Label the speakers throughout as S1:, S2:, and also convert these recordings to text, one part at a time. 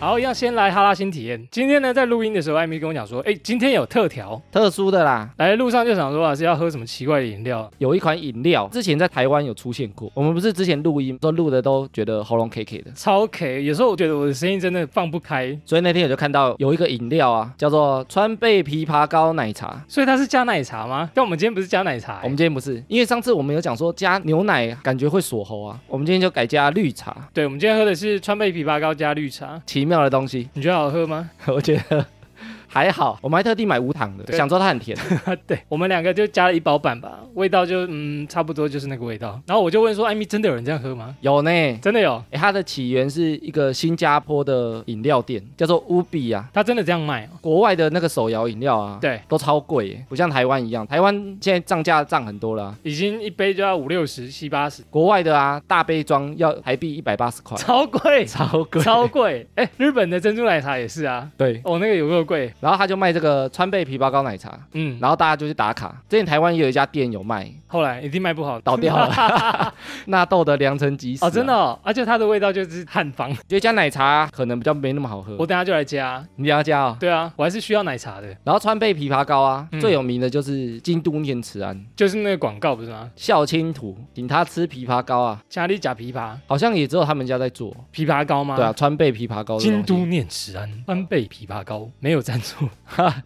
S1: 好，要先来哈拉新体验。今天呢，在录音的时候，艾米跟我讲说，哎、今天有特调。
S2: 特殊的啦。
S1: 来路上就想说啊，是要喝什么奇怪的饮料？
S2: 有一款饮料，之前在台湾有出现过。我们不是之前录音都录的都觉得喉咙 K K 的，
S1: 超 K，有时候我觉得我的声音真的放不开，
S2: 所以那天我就看到有一个饮料啊，叫做川贝枇杷膏奶茶。
S1: 所以它是加奶茶吗？但我们今天不是加奶茶、欸
S2: 我们今天不是，因为上次我们有讲说加牛奶感觉会锁喉啊，我们今天就改加绿茶，
S1: 欸对，我们今天喝的是川贝枇杷膏加绿茶，
S2: 奇妙的东西，
S1: 你觉得好喝吗？
S2: 我觉得还好。我们还特地买无糖的，
S1: 对
S2: 想说它很甜。
S1: 对我们两个就加了一包半吧，味道就嗯差不多就是那个味道。然后我就问说，艾米真的有人这样喝吗？
S2: 有呢，
S1: 真的有，
S2: 欸、它的起源是一个新加坡的饮料店，叫做乌比啊。
S1: 他真的这样卖哦。
S2: 国外的那个手摇饮料啊，
S1: 对，
S2: 都超贵耶，不像台湾一样，台湾现在涨价涨很多啦、
S1: 已经一杯就要五六十、七八十，
S2: 国外的啊，大杯装要台币一百八十块，
S1: 超贵，
S2: 超 贵
S1: 超贵。哎，日本的珍珠奶茶也是啊，
S2: 对。
S1: 哦，那个有够贵，
S2: 然后他就卖这个川贝枇杷膏奶茶，
S1: 嗯，
S2: 然后大家就去打卡。之前台湾也有一家店有卖，
S1: 后来一定卖不好，
S2: 倒 掉了， 纳豆的良辰吉时、啊
S1: 哦，真的、，哦，而且它的味道就是汉方。
S2: 觉得加奶茶可能比较没那么好喝
S1: 我。等下就来加，
S2: 你要加哦。
S1: 对啊，我还是需要奶茶的，
S2: 然后川贝枇杷膏啊，
S1: 嗯
S2: 最有名的就是京都念慈庵
S1: 就是那个广告不是吗？
S2: 孝亲图，请他吃枇杷膏啊，
S1: 家里假枇杷，
S2: 好像也只有他们家在做。
S1: 枇杷膏吗？
S2: 对啊，，川贝枇杷膏这
S1: 京
S2: 东西。
S1: 都念慈庵翻倍枇杷膏没有赞助，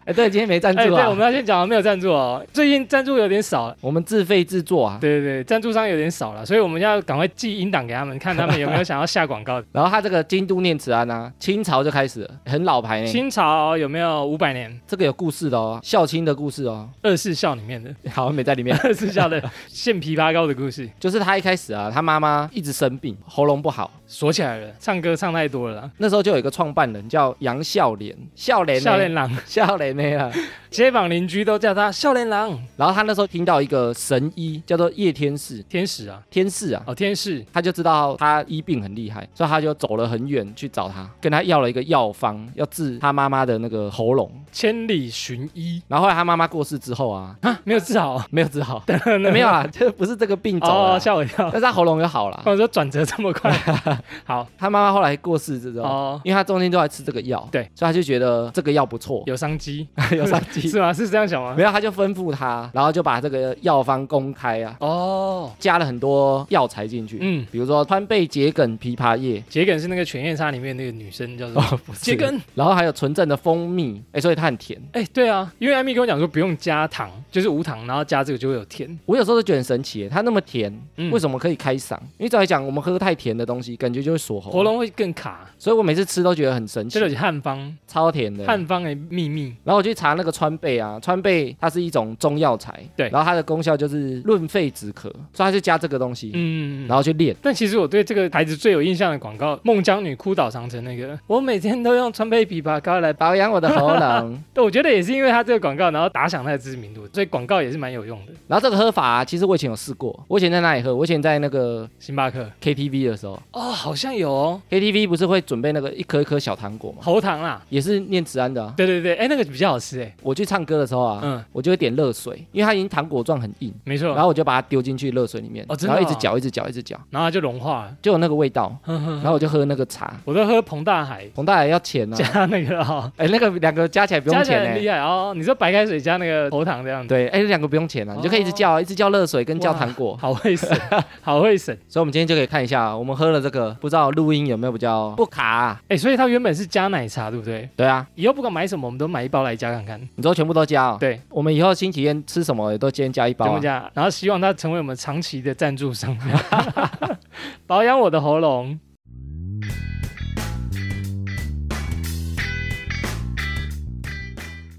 S2: 哎，对，今天没赞助
S1: 对，
S2: 啊，
S1: 我们要先讲没有赞助哦，最近赞助有点少，
S2: 我们自费制作啊。
S1: 对对对，赞助商有点少了，所以我们要赶快寄音档给他们，看他们有没有想要下广告。
S2: 然后他这个京都念慈庵啊，清朝就开始了，很老牌呢。
S1: 清朝有没有五百年？
S2: 这个有故事的哦，孝亲的故事哦，
S1: 二四孝里面的。
S2: 好像没在里 面
S1: 二四 孝的献枇杷膏的故事
S2: 就是他一开始啊，他妈妈一直生病，喉咙不好。
S1: 锁起来了，唱歌唱太多了啦。
S2: 那时候就有一个创办人叫杨孝廉，孝廉呢，
S1: 笑脸郎，
S2: 孝廉呢啊。
S1: 街坊邻居都叫他笑脸郎，
S2: 然后他那时候听到一个神医叫做叶天士，
S1: 天使啊，
S2: 天士啊，
S1: 哦天使，
S2: 他就知道他医病很厉害，所以他就走了很远去找他，跟他要了一个药方，要治他妈妈的那个喉咙。
S1: 千里寻医
S2: 然后后来他妈妈过世之后啊，
S1: 啊，没有治好、
S2: 没有治好， 没有啊，这不是这个病走了
S1: 哦，
S2: 啊，
S1: 吓我一跳
S2: 但。是他喉咙又好了。
S1: 我说转折这么 快，好
S2: 他妈妈后来过世之后，
S1: 哦，
S2: 因为他中间都在吃这个药，
S1: 对，
S2: 所以他就觉得这个药不错，
S1: 有商机
S2: 有商 机。
S1: 是吗？是这样想吗
S2: 没？有，他就吩咐他，然后就把这个药方公开啊，
S1: 哦，
S2: 加了很多药材进去，
S1: 嗯，
S2: 比如说川贝桔梗枇杷叶，
S1: 桔梗是那个犬夜叉里面那个女生叫做
S2: 哦
S1: 桔梗，
S2: 然后还有纯正的蜂蜜，哎，所以它很甜。
S1: 哎、对啊，因为艾米跟我讲说不用加糖，就是无糖，然后加这个就会有甜。
S2: 我有时候都觉得很神奇，它那么甜，
S1: 嗯
S2: 为什么可以开嗓？因为照理讲，我们喝太甜的东西，感觉就会锁喉，
S1: 喉，咙会更卡，
S2: 所以我每次吃都觉得很神奇
S1: 这，就是汉方，
S2: 超甜的。
S1: 汉方的秘密。
S2: 然后我去查那个川贝啊，川贝它是一种中药材，
S1: 对
S2: 然后它的功效就是润肺止咳，所以它就加这个东西，
S1: 嗯，
S2: 然后去练。
S1: 但其实我对这个牌子最有印象的广告，孟姜女哭倒长城那个，我每天都用川贝枇杷膏来，
S2: 保养我的喉咙，
S1: 我觉得也是因为它这个广告，然后打响它的知名度，所以广告也是蛮有用的。
S2: 然后这个喝法、啊，其实我以前有试过，我以前在哪里喝？我以前在那个
S1: 星巴克
S2: KTV 的时候
S1: 哦，好像有哦，
S2: ，KTV 不是会准备那个一颗一颗小糖果吗？
S1: 喉糖啦，
S2: 也是念慈庵的、啊，
S1: 对对对，哎，那个比较好吃哎，
S2: 我去唱歌的时候啊，
S1: 嗯，
S2: 我就会点热水，因为它已经糖果状很硬，
S1: 没错，
S2: 然后我就把它丢进去热水里面，
S1: 哦真
S2: 然
S1: 的
S2: 后一直
S1: 哦
S2: 搅，一直搅，一直搅，
S1: 然后它就融化了。
S2: 就有那个味道，
S1: 呵呵
S2: 然后我就喝那个茶。
S1: 我都喝彭大海
S2: 彭大爷要钱 啊！
S1: 加那个哦，
S2: 哎，那个两个加起来不
S1: 加
S2: 用
S1: 起
S2: 钱欸
S1: 来
S2: 呢、
S1: 很厉害哦。你说白开水加那个喉糖这样子，
S2: 对，哎，两个不用钱啊，你就可以一直叫
S1: 哦
S2: 啊，一直叫热水跟叫糖果。
S1: 好会省，好会省。
S2: 所以我们今天就可以看一下，我们喝了这个，不知道录音有没有比较不卡、啊？
S1: 哎，所以它原本是加奶茶，对不对？
S2: 对啊，
S1: 以后不管买什么，我们都买一包来加看看，
S2: 你说全部都加哦。
S1: 对，
S2: 我们以后新体验吃什么也都今天加一包、
S1: 全
S2: 啊
S1: 部。加。然后希望它成为我们长期的赞助商， 保养我的喉咙。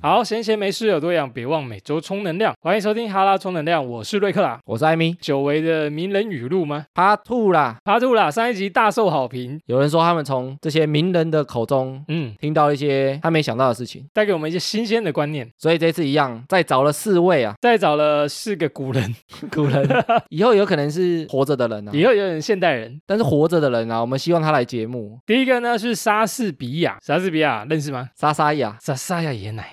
S1: 好，闲闲没事有多养，别忘每周充能量。欢迎收听哈拉充能量，我是瑞克啦。
S2: 我是艾米，
S1: 久违的名人语录吗？
S2: 他吐啦。
S1: 爬兔啦，上一集大受好评，
S2: 有人说他们从这些名人的口中
S1: 嗯，
S2: 听到一些他没想到的事情，
S1: 带给我们一些新鲜的观念。
S2: 所以这次一样再找了四位啊
S1: 再找了四个古人，
S2: 古 人，以后有可能是活着的人啊，
S1: 以后有点现代人。
S2: 但是活着的人啊，我们希望他来节目。
S1: 第一个呢是莎士比亚，莎士比亚认识吗？
S2: 莎莎呀，
S1: 莎莎亚爷奶，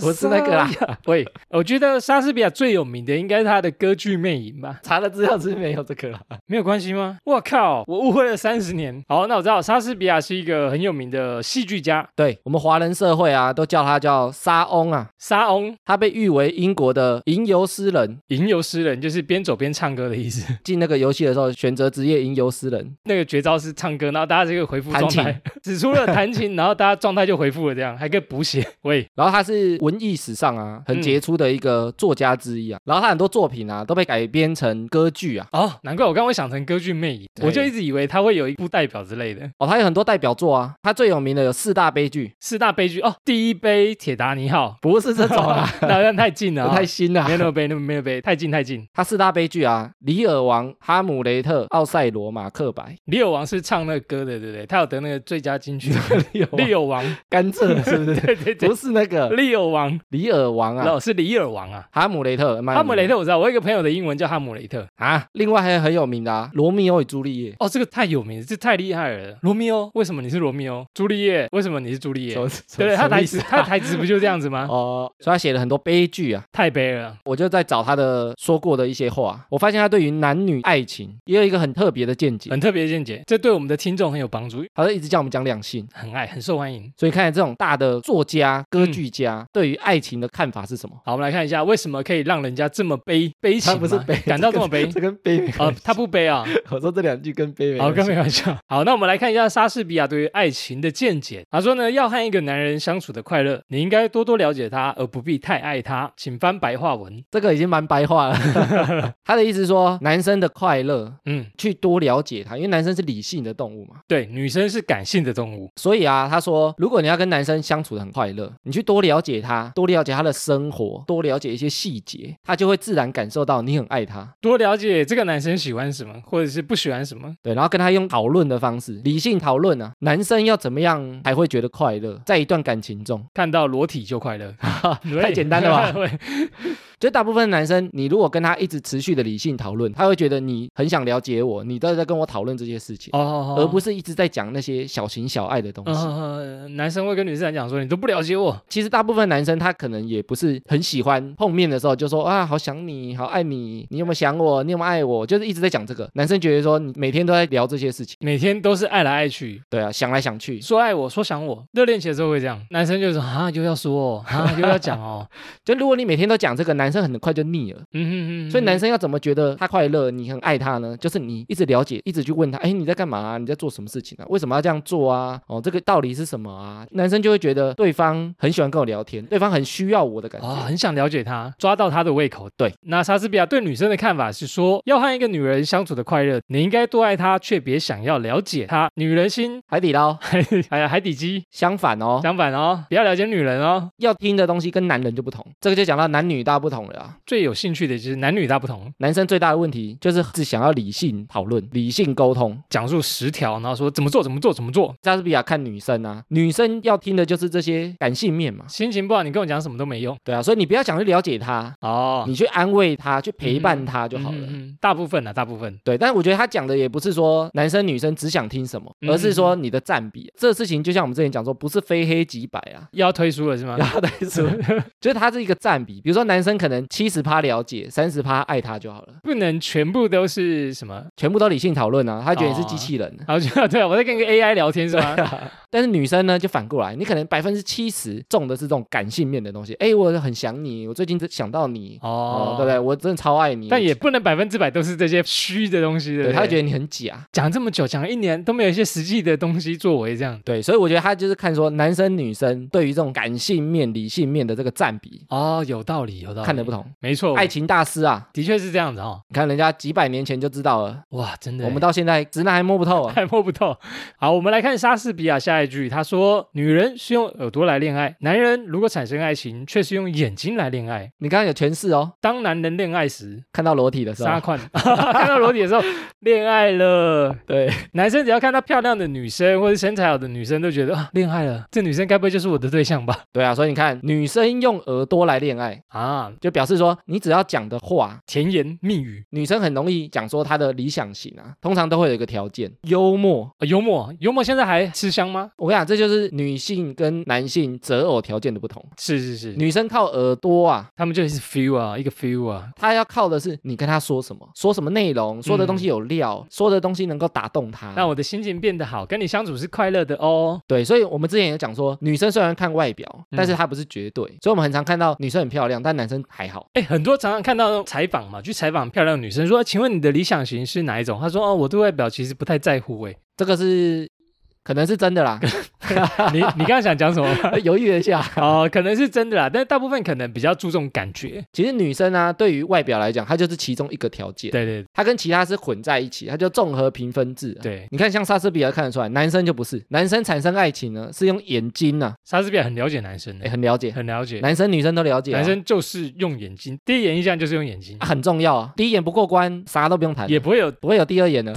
S2: 不是那个啦。
S1: 喂，我觉得莎士比亚最有名的应该是他的歌剧《魅影》吧？
S2: 查了资料是没有这个啦。
S1: 没有关系吗？我靠，我误会了三十年。好，那我知道莎士比亚是一个很有名的戏剧家，
S2: 对我们华人社会啊，都叫他叫沙翁啊，
S1: 莎翁，
S2: 他被誉为英国的吟游诗人。
S1: 吟游诗人，就是边走边唱歌的意思。
S2: 进那个游戏的时候，选择职业吟游诗人，
S1: 那个绝招是唱歌，然后大家这个回复状
S2: 弹
S1: 态， 指出了弹琴，然后大家状态就回复了，这样还可以补血。喂，
S2: 然后他是文艺史上啊很杰出的一个作家之一啊，然后他很多作品啊都被改编成歌剧啊，
S1: 哦，难怪我刚刚会想成歌剧《魅影》，
S2: 对
S1: 我就一直以为他会有一部代表之类的
S2: 哦，他有很多代表作啊，他最有名的有四大悲剧，
S1: 四大悲剧哦。第一杯《铁达尼号
S2: 不是这种 啊，》，
S1: 那好像太近 了、
S2: 不
S1: 哦，
S2: 太新啊
S1: 没有。那么悲，那么没有悲，太近太近。
S2: 他四大悲剧啊，《李尔王》《哈姆雷特》《奥赛罗》《马克白
S1: 李友王是唱那个歌的，对不对？他有得那个最佳金曲。》
S2: 李
S1: 李友王，
S2: 甘蔗是不是？
S1: 对对对
S2: 不，是那个
S1: 利友王，
S2: 李尔王
S1: 然
S2: 啊，
S1: 后是李尔王啊。
S2: 哈姆雷特，
S1: 哈姆雷
S2: 特
S1: 特我知道，我有一个朋友的英文叫哈姆雷特。
S2: 啊，另外还有很有名的啊，《罗密欧与朱丽叶
S1: 哦，这个太有名了，这太厉害了。罗密欧，为什么你是罗密欧？朱丽叶，为什么你是朱丽》叶
S2: 什么，？
S1: 对不对，他
S2: 来
S1: 台词，他台词不就这样子吗？
S2: 哦，所以他写了很多悲剧啊，
S1: 太悲了。
S2: 我就在找他的说过的一些话，我发现他对于男女爱情也有一个很特别的见解，
S1: 很特别的见解，这对我们的听众很有帮助，
S2: 他就一直叫我们讲两性。
S1: 很爱，很受欢迎。
S2: 所以看来这种大的作家、歌剧家、
S1: 嗯
S2: 对于爱情的看法是什么？
S1: 好，我们来看一下为什么可以让人家这么悲悲情
S2: 他
S1: 吗，
S2: 不是悲，
S1: 感到这么悲
S2: 这跟悲没
S1: 啊、
S2: 关系。
S1: 他不悲啊，
S2: 我说这两句跟悲没
S1: 好，
S2: 关系
S1: 跟没玩笑。 好，那我们来看一下莎士比亚对于爱情的见解。他说呢，要和一个男人相处的快乐，你应该多多了解他，而不必太爱他。请翻白话文。
S2: 这个已经蛮白话了。 他的意思是说，男生的快乐
S1: 嗯，
S2: 去多了解他，因为男生是理性的动物嘛。
S1: 对，女生是感性的动物。
S2: 所以啊，他说，如果你要跟男生相处的很快乐，你去多了解他，多了解他的生活，多了解一些细节，他就会自然感受到你很爱他。
S1: 多了解这个男生喜欢什么，或者是不喜欢什么。
S2: 对，然后跟他用讨论的方式，理性讨论啊，男生要怎么样才会觉得快乐，在一段感情中，
S1: 看到裸体就快乐，
S2: 太简单了吧
S1: 对？
S2: 就大部分的男生，你如果跟他一直持续的理性讨论，他会觉得你很想了解我，你都在跟我讨论这些事情，
S1: 哦哦，哦
S2: 而不是一直在讲那些小情小爱的东西。
S1: 呃，男生会跟女生讲说，你都不了解我。
S2: 其实大部分男生他可能也不是很喜欢碰面的时候就说啊好想你，好爱你，你有没有想我，你有没有爱我，就是一直在讲这个。男生觉得说你每天都在聊这些事情，
S1: 每天都是爱来爱去，
S2: 对啊，想来想去，
S1: 说爱我，说想我。热恋期的时候会这样，男生就说啊，又要说哦，啊，又要讲哦，
S2: 就如果你每天都讲这个，男生很快就腻了。
S1: 嗯嗯嗯。
S2: 所以男生要怎么觉得他快乐，你很爱他呢？就是你一直了解，一直去问他，哎，你在干嘛、啊？你在做什么事情啊？为什么要这样做啊？哦，这个道理是什么啊？男生就会觉得对方很喜欢跟我聊天，对方很需要我的感觉。
S1: 啊、很想了解他，抓到他的胃口。
S2: 对，
S1: 那莎士比亚对女生的看法是说，要和一个女人相处的快乐，你应该多爱她，却别想要了解她。女人心，
S2: 海底捞
S1: 哎呀，海底鸡，
S2: 相反哦，
S1: 相反哦，不要了解女人哦。
S2: 要听的东西跟男人就不同，这个就讲到男女大不同了啊。
S1: 最有兴趣的就是男女大不同，
S2: 男生最大的问题就是只想要理性讨论、理性沟通。
S1: 讲述十条，然后说怎么做，怎么做，怎么做。
S2: 莎士比亚看女生啊，女生要听的就是这些感性面嘛，
S1: 心情不好，你跟我讲什么都没用
S2: 对啊，所以你不要想去了解她，
S1: 哦，
S2: 你去安慰她，去陪伴她嗯就好了。
S1: 嗯嗯大部分啊，大部分。
S2: 对，但我觉得他讲的也不是说男生女生只想听什么，
S1: 嗯
S2: 而是说你的占比。啊这事情就像我们之前讲说，不是非黑即白 啊。
S1: 要推书了是吗？
S2: 然后再说，就是它是一个占比，比如说男生可能七十趴了解，三十趴爱他就好了，
S1: 不能全部都是什么？
S2: 全部都理性讨论啊，他觉得你是机
S1: 哦
S2: 器人。
S1: 好像对啊，我在跟一个 AI 聊天是吗？
S2: 但是女生呢，就反过来，你可能百分之七十中的是这种感性面的东西，哎，我很想你，我最近想到你， 哦，对不对？？我真的超爱你，
S1: 但也不能百分之百都是这些虚的东西，对不
S2: 对，
S1: 对？
S2: 他会觉得你很假。
S1: 讲这么久，讲了一年都没有一些实际的东西作为这样。
S2: 对，所以我觉得他就是看说男生女生对于这种感性面、理性面的这个占比
S1: 哦，有道理，有道理，哎
S2: 看的不，同。
S1: 没错，
S2: 爱情大师啊，
S1: 的确是这样子哦。
S2: 你看人家几百年前就知道了，
S1: 哇，真的耶，
S2: 我们到现在直男还摸不透 啊。
S1: 还摸不透。好，我们来看莎士比亚下一句，他说：“女人是用耳朵来恋爱，男人如果产生爱情，却是用眼睛来恋爱。
S2: 你刚刚有诠释哦，
S1: 当男人恋爱时，
S2: 看到裸体的时
S1: 杀
S2: 候，
S1: 款 看到裸体的时候，恋爱了。”
S2: 对，
S1: 男生只要看到漂亮的女生或者身材好的女生，都觉得啊，恋爱了，这女生该不会就是我的对象吧？
S2: 对啊，所以你看，女生用耳朵来恋爱，
S1: 啊，
S2: 就表示说你只要讲的话
S1: 甜言蜜语、
S2: 女生很容易讲说她的理想型啊，通常都会有一个条件，幽默。
S1: 哦啊幽默，幽默现在还吃香吗？
S2: 我跟你讲，这就是女性跟男性择偶条件的不同。
S1: 是是是，
S2: 女生靠耳朵啊，
S1: 他们就是 feel 啊，一个 feel 啊，
S2: 她要靠的是你跟她说什么，说什么内容，说的东西有料，说的东西能够打动她。
S1: 让嗯我的心情变得好，跟你相处是快乐的哦。
S2: 对，所以我们之前也讲说，女生虽然看外表，但
S1: 嗯
S2: 是她不是绝对，所以我们很常看到女生很漂亮，但男生还好。
S1: 哎，很多常常看到那种采访嘛，去采访漂亮的女生说，请问你的理想型是哪一种？她说哦，我对外表其实不太在乎。哎，
S2: 这个是可能是 真的啦，
S1: 你你刚刚想讲什么吗？
S2: 犹豫了一下。
S1: 哦，可能是真的啦，但是大部分可能比较注重感觉。
S2: 其实女生啊，对于外表来讲，她就是其中一个条件，
S1: 对对
S2: 她跟其他是混在一起，她就综合评分制、啊。
S1: 对，
S2: 你看，像莎士比亚看得出来，男生就不是，男生产生爱情呢是用眼睛呐、啊，
S1: 莎士比亚很了解男生
S2: 哎，
S1: 的，
S2: 很了解，
S1: 嗯很了解，
S2: 男生女生都了解啊、
S1: 男生就是用眼睛，第一眼印象就是用眼睛
S2: 啊、，很重要啊，第一眼不过关，啥都不用谈，
S1: 也不会有
S2: 不会有第二眼的。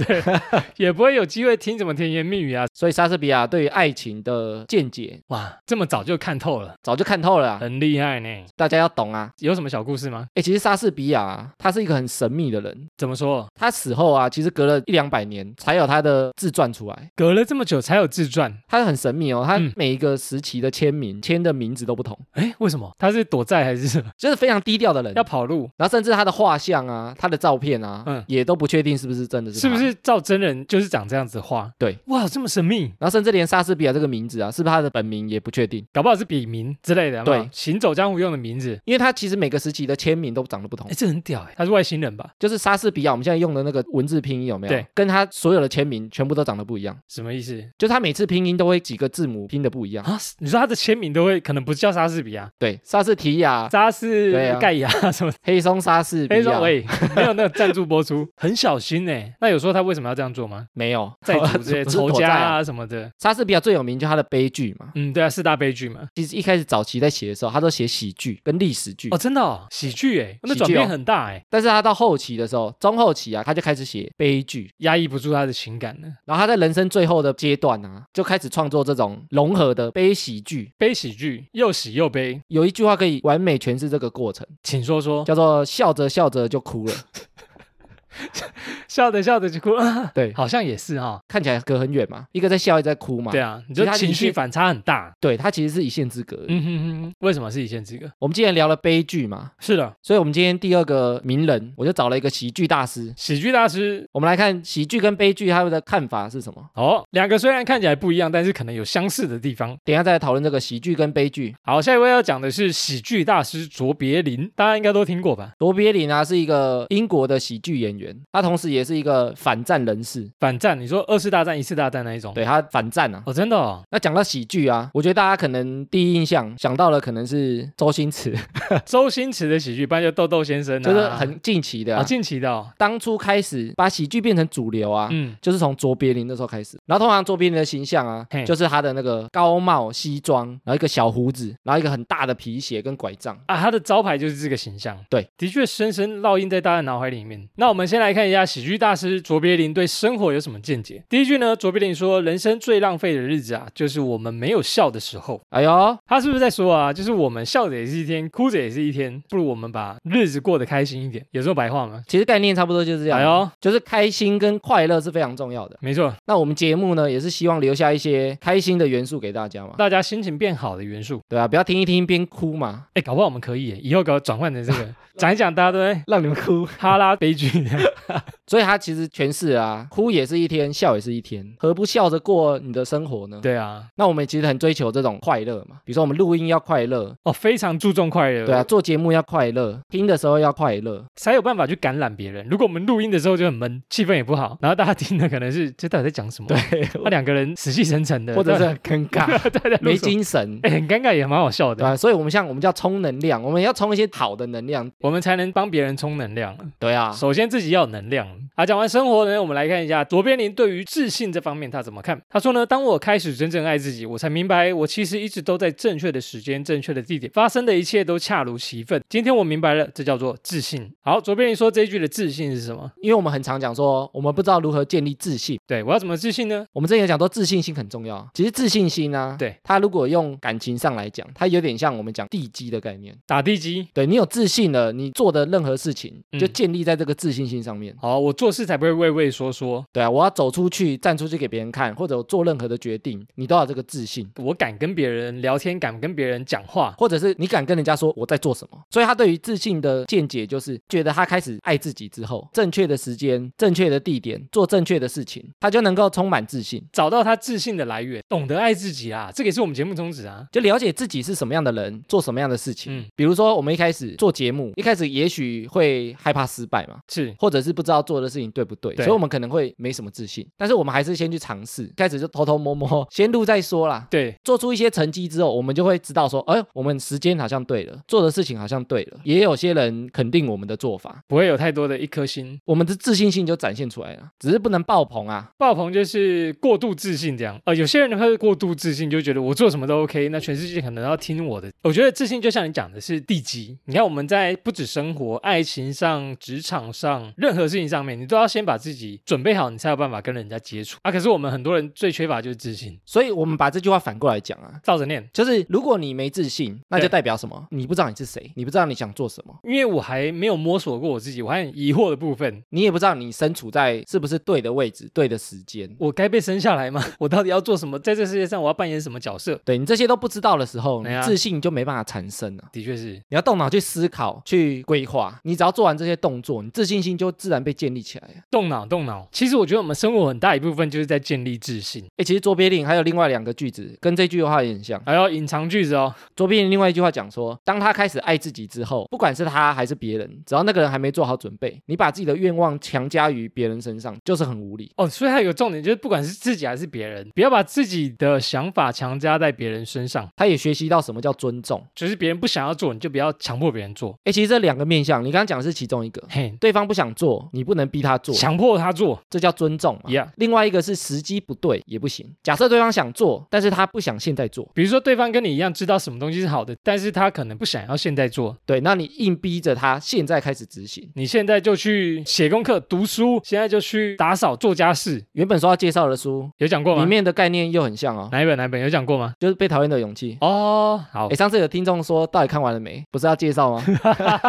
S1: 也不会有机会听什么甜言蜜语啊。
S2: 所以莎士比亚对于爱情的见解
S1: 哇，这么早就看透了，
S2: 早就看透了、啊，
S1: 很厉害呢。
S2: 大家要懂啊。
S1: 有什么小故事吗？
S2: 哎，其实莎士比亚、啊、他是一个很神秘的人，
S1: 怎么说？
S2: 他死后啊，其实隔了一两百年才有他的自传出来。
S1: 隔了这么久才有自传，
S2: 他很神秘哦，他
S1: 嗯
S2: 每一个时期的签名、签的名字都不同，
S1: 哎，为什么？他是躲债还是 什么
S2: 就是非常低调的人
S1: 要。跑路？
S2: 然后甚至他的画像啊、他的照片啊，
S1: 嗯
S2: 也都不确定是不是真的是
S1: 是不
S2: 他？
S1: 是照真人就是长这样子画？
S2: 对，
S1: 哇，这么神秘，
S2: 然后甚至连莎士比亚这个名字啊，是不是他的本名也不确定，
S1: 搞不好是笔名之类的。有没有
S2: 对
S1: 行走江湖用的名字，
S2: 因为他其实每个时期的签名都长得不同
S1: 哎，。这很屌哎，他是外星人吧？
S2: 就是莎士比亚我们现在用的那个文字拼音有没有？
S1: 对，
S2: 跟他所有的签名全部都长得不一样，
S1: 什么意思
S2: 就是他每次拼音都会几个字母拼的不一 样。
S1: 啊？你说他的签名都会可能不叫莎士比亚，
S2: 对，莎士提亚、
S1: 莎士
S2: 对啊
S1: 盖亚 什 么？
S2: 黑松莎士比
S1: 哎，说
S2: 亚，
S1: 喂，没有那个赞助播 出，很小心呢。那有说他为什么要这样做吗？
S2: 没有
S1: 在组这些
S2: 哦 不是躲
S1: 仇家
S2: 债啊
S1: 啊什么的。
S2: 莎士比亚最有名就他的悲剧嘛。
S1: 嗯，对啊，四大悲剧嘛。
S2: 其实一开始早期在写的时候，他都写喜剧跟历史剧，
S1: 哦，真的哦，喜剧哎，那
S2: 喜剧
S1: 转变
S2: 哦
S1: 很大哎，
S2: 但是他到后期的时候，中后期啊，他就开始写悲剧。
S1: 压抑不住他的情感了。
S2: 然后他在人生最后的阶段啊，就开始创作这种融合的悲喜剧。
S1: 悲喜剧又喜又悲，
S2: 有一句话可以完美诠释这个过程，
S1: 请说说，
S2: 叫做“笑着笑着就 哭了
S1: 笑着笑着就哭，”。啊
S2: 对，
S1: 好像也是哈。
S2: 看起来隔很远嘛，一个在笑，一个在哭嘛。
S1: 对啊，你
S2: 其
S1: 就
S2: 他
S1: 情
S2: 情
S1: 绪
S2: 绪
S1: 反差很大。
S2: 对，他其实是一线之隔而已。
S1: 嗯哼哼哼，为什么是以前这个？
S2: 我们既然聊了悲剧嘛，
S1: 是的，
S2: 所以我们今天第二个名人，我就找了一个喜剧大师。
S1: 喜剧大师。
S2: 我们来看喜剧跟悲剧他们的看法是什么。
S1: 哦，两个虽然看起来不一样，但是可能有相似的地方。
S2: 等一下再来讨论这个喜剧跟悲剧。
S1: 好，下一位要讲的是喜剧大师卓别林，大家应该都听过吧？
S2: 罗别林啊是一个英国的喜剧演员，他同时也是一个反战人士，
S1: 反战，你说二次大战、一次大战那一种？
S2: 对他反战啊。
S1: 哦，真的哦，
S2: 那讲到喜剧啊，我觉得大家可能第一印象想到的可能是周星驰，
S1: 周星驰的喜剧，不然就豆豆先生、啊，
S2: 就是很近期的、
S1: 啊、
S2: 啊。
S1: 近期的、哦，
S2: 当初开始把喜剧变成主流啊，
S1: 嗯，
S2: 就是从卓别林那时候开始。然后通常卓别林的形象啊
S1: 嘿，
S2: 就是他的那个高帽、西装，然后一个小胡子，然后一个很大的皮鞋跟拐杖。
S1: 啊，他的招牌就是这个形象，
S2: 对，
S1: 的确深深烙印在大家脑海里面。那我们先来看一下喜剧大师卓别林对生活有什么见解。第一句呢，卓别林说：“人生最浪费的日子啊，就是我们没有笑的时候。
S2: 哎呦，”
S1: 他是不是在说啊，就是我们笑着也是一天，哭着也是一天，不如我们把日子过得开心一点，有这种白话吗？
S2: 其实概念差不多就是这样。
S1: 哎呦，
S2: 就是开心跟快乐是非常重要的。
S1: 没错，
S2: 那我们节目呢，也是希望留下一些开心的元素给大家嘛，
S1: 大家心情变好的元素。
S2: 对啊，不要听一听边哭嘛，
S1: 哎，搞不好我们可以耶，以后搞转换成这 个，讲一讲大家都在
S2: 让你们哭。
S1: 哈拉悲剧。
S2: 所以他其实诠释啊，哭也是一天，笑也是一天，何不笑着过你的生活呢？
S1: 对啊，
S2: 那我们其实很追求这种快乐嘛，比如说我们录音要快乐，
S1: 哦，非常注重快乐。
S2: 对啊，做节目要快乐，听的时候要快乐，
S1: 才有办法去感染别人。如果我们录音的时候就很闷，气氛也不好，然后大家听的可能是这到底在讲什么？对， 那两个人死气沉沉的，
S2: 或 者是很尴尬、
S1: 大家
S2: 没，精神，
S1: 哎、很尴尬，也蛮好笑
S2: 对
S1: 的。
S2: 啊，所以我们像我们叫充能量，我们要充一些好的能量，
S1: 我们才能帮别人充能量。
S2: 对啊，
S1: 首先自己要有能量。啊，讲完生活呢，我们来看一下卓别林对于自信这方面他怎么看。他说呢，当我开始真正爱自己，我才明白我其实一直都在正确的时间、正确的地点发生的一切都恰如其分。今天我明白了，这叫做自信。好，卓别林说这一句的自信是什么？
S2: 因为我们很常讲说，我们不知道如何建立自信。
S1: 对我要怎么自信呢？
S2: 我们之前有讲说自信心很重要，其实自信心啊，
S1: 对
S2: 它如果用感情上来讲，它有点像我们讲地基的概念。
S1: 打地基，
S2: 对你有自信了，你做的任何事情
S1: 嗯
S2: 就建立在这个自信心上面。
S1: 好，我我做事才不会畏畏缩缩，
S2: 对啊，我要走出去，站出去给别人看，或者我做任何的决定，你都要有这个自信，
S1: 我敢跟别人聊天，敢跟别人讲话。
S2: 或者是你敢跟人家说我在做什么。所以他对于自信的见解就是，觉得他开始爱自己之后，正确的时间、正确的地点，做正确的事情，他就能够充满自信。
S1: 找到他自信的来源，懂得爱自己啊，这个也是我们节目宗旨啊。
S2: 就了解自己是什么样的人，做什么样的事情。
S1: 嗯
S2: 比如说，我们一开始做节目，一开始也许会害怕失败嘛，
S1: 是，
S2: 或者是不知道做的事情对不对，
S1: 对
S2: 所以我们可能会没什么自信。但是我们还是先去尝试，开始就偷偷摸摸， 先录再说啦。
S1: 对，
S2: 做出一些成绩之后，我们就会知道说，哎，我们时间好像对了，做的事情好像对了。也有些人肯定我们的做法，
S1: 不会有太多的一颗心。
S2: 我们的自信心就展现出来了，只是不能爆棚啊。
S1: 爆棚就是过度自信这样，呃，有些人会过度自信，就觉得我做什么都 OK，那全世界可能要听我的。我觉得自信就像你讲的是地基，你看我们在不止生活、爱情上、职场上，任何事情上面，你都要先把自己准备好，你才有办法跟人家接触啊。可是我们很多人最缺乏就是自信，
S2: 所以我们把这句话反过来讲啊。
S1: 照着念。
S2: 就是如果你没自信，那就
S1: 对
S2: 代表什么？你不知道你是谁，你不知道你想做什么，
S1: 因为我还没有摸索过我自己，我还很疑惑的部分，
S2: 你也不知道你身处在是不是对的位置、对的时间。
S1: 我该被生下来吗？ 我到底要做什么？在这世界上，我要扮演什么角色？
S2: 对你这些都不知道的时候，
S1: 哎
S2: 你
S1: 呀
S2: 自信就没办法产生啊了、
S1: 的确是，
S2: 你要动脑去思考、去规划。你只要做完这些动作，你自信心就自然被建立起来了。
S1: 动脑动脑。其实我觉得我们生活很大一部分就是在建立自信，
S2: 哎，其实卓别林还有另外两个句子跟这句话也很像。
S1: 还要隐藏句子哦。
S2: 卓别林另外一句话讲说，当他开始爱自己之后，不管是他还是别人，只要那个人还没做好准备，你把自己的愿望强加于别人身上，就是很无理。
S1: 哦，所以还有个重点就是，不管是自己还是别人，不要把自己的想法强加在别人身上。
S2: 他也学习到什么叫尊重。
S1: 就是别人不想要做，你就不要强迫别人做。
S2: 哎，其实这两个面向，你刚刚讲的是其中一个。
S1: 嘿，
S2: 对方不想做，你不能逼他做，啊
S1: 强迫他做，
S2: 这叫尊重嘛。
S1: Yeah
S2: 另外一个是时机不对也不行。假设对方想做，但是他不想现在做，
S1: 比如说对方跟你一样知道什么东西是好的，但是他可能不想要现在做，
S2: 对，那你硬逼着他现在开始执行。
S1: 你现在就去写功课、读书，现在就去打扫、做家事，
S2: 原本说要介绍的书，
S1: 有讲过
S2: 里
S1: 吗？
S2: 面的概念又很像哦，
S1: 哪一本？哪一本有讲过吗？
S2: 就是被讨厌的勇气。
S1: 哦，好
S2: 哎，，上次有听众说，到底看完了没？不是要介绍吗？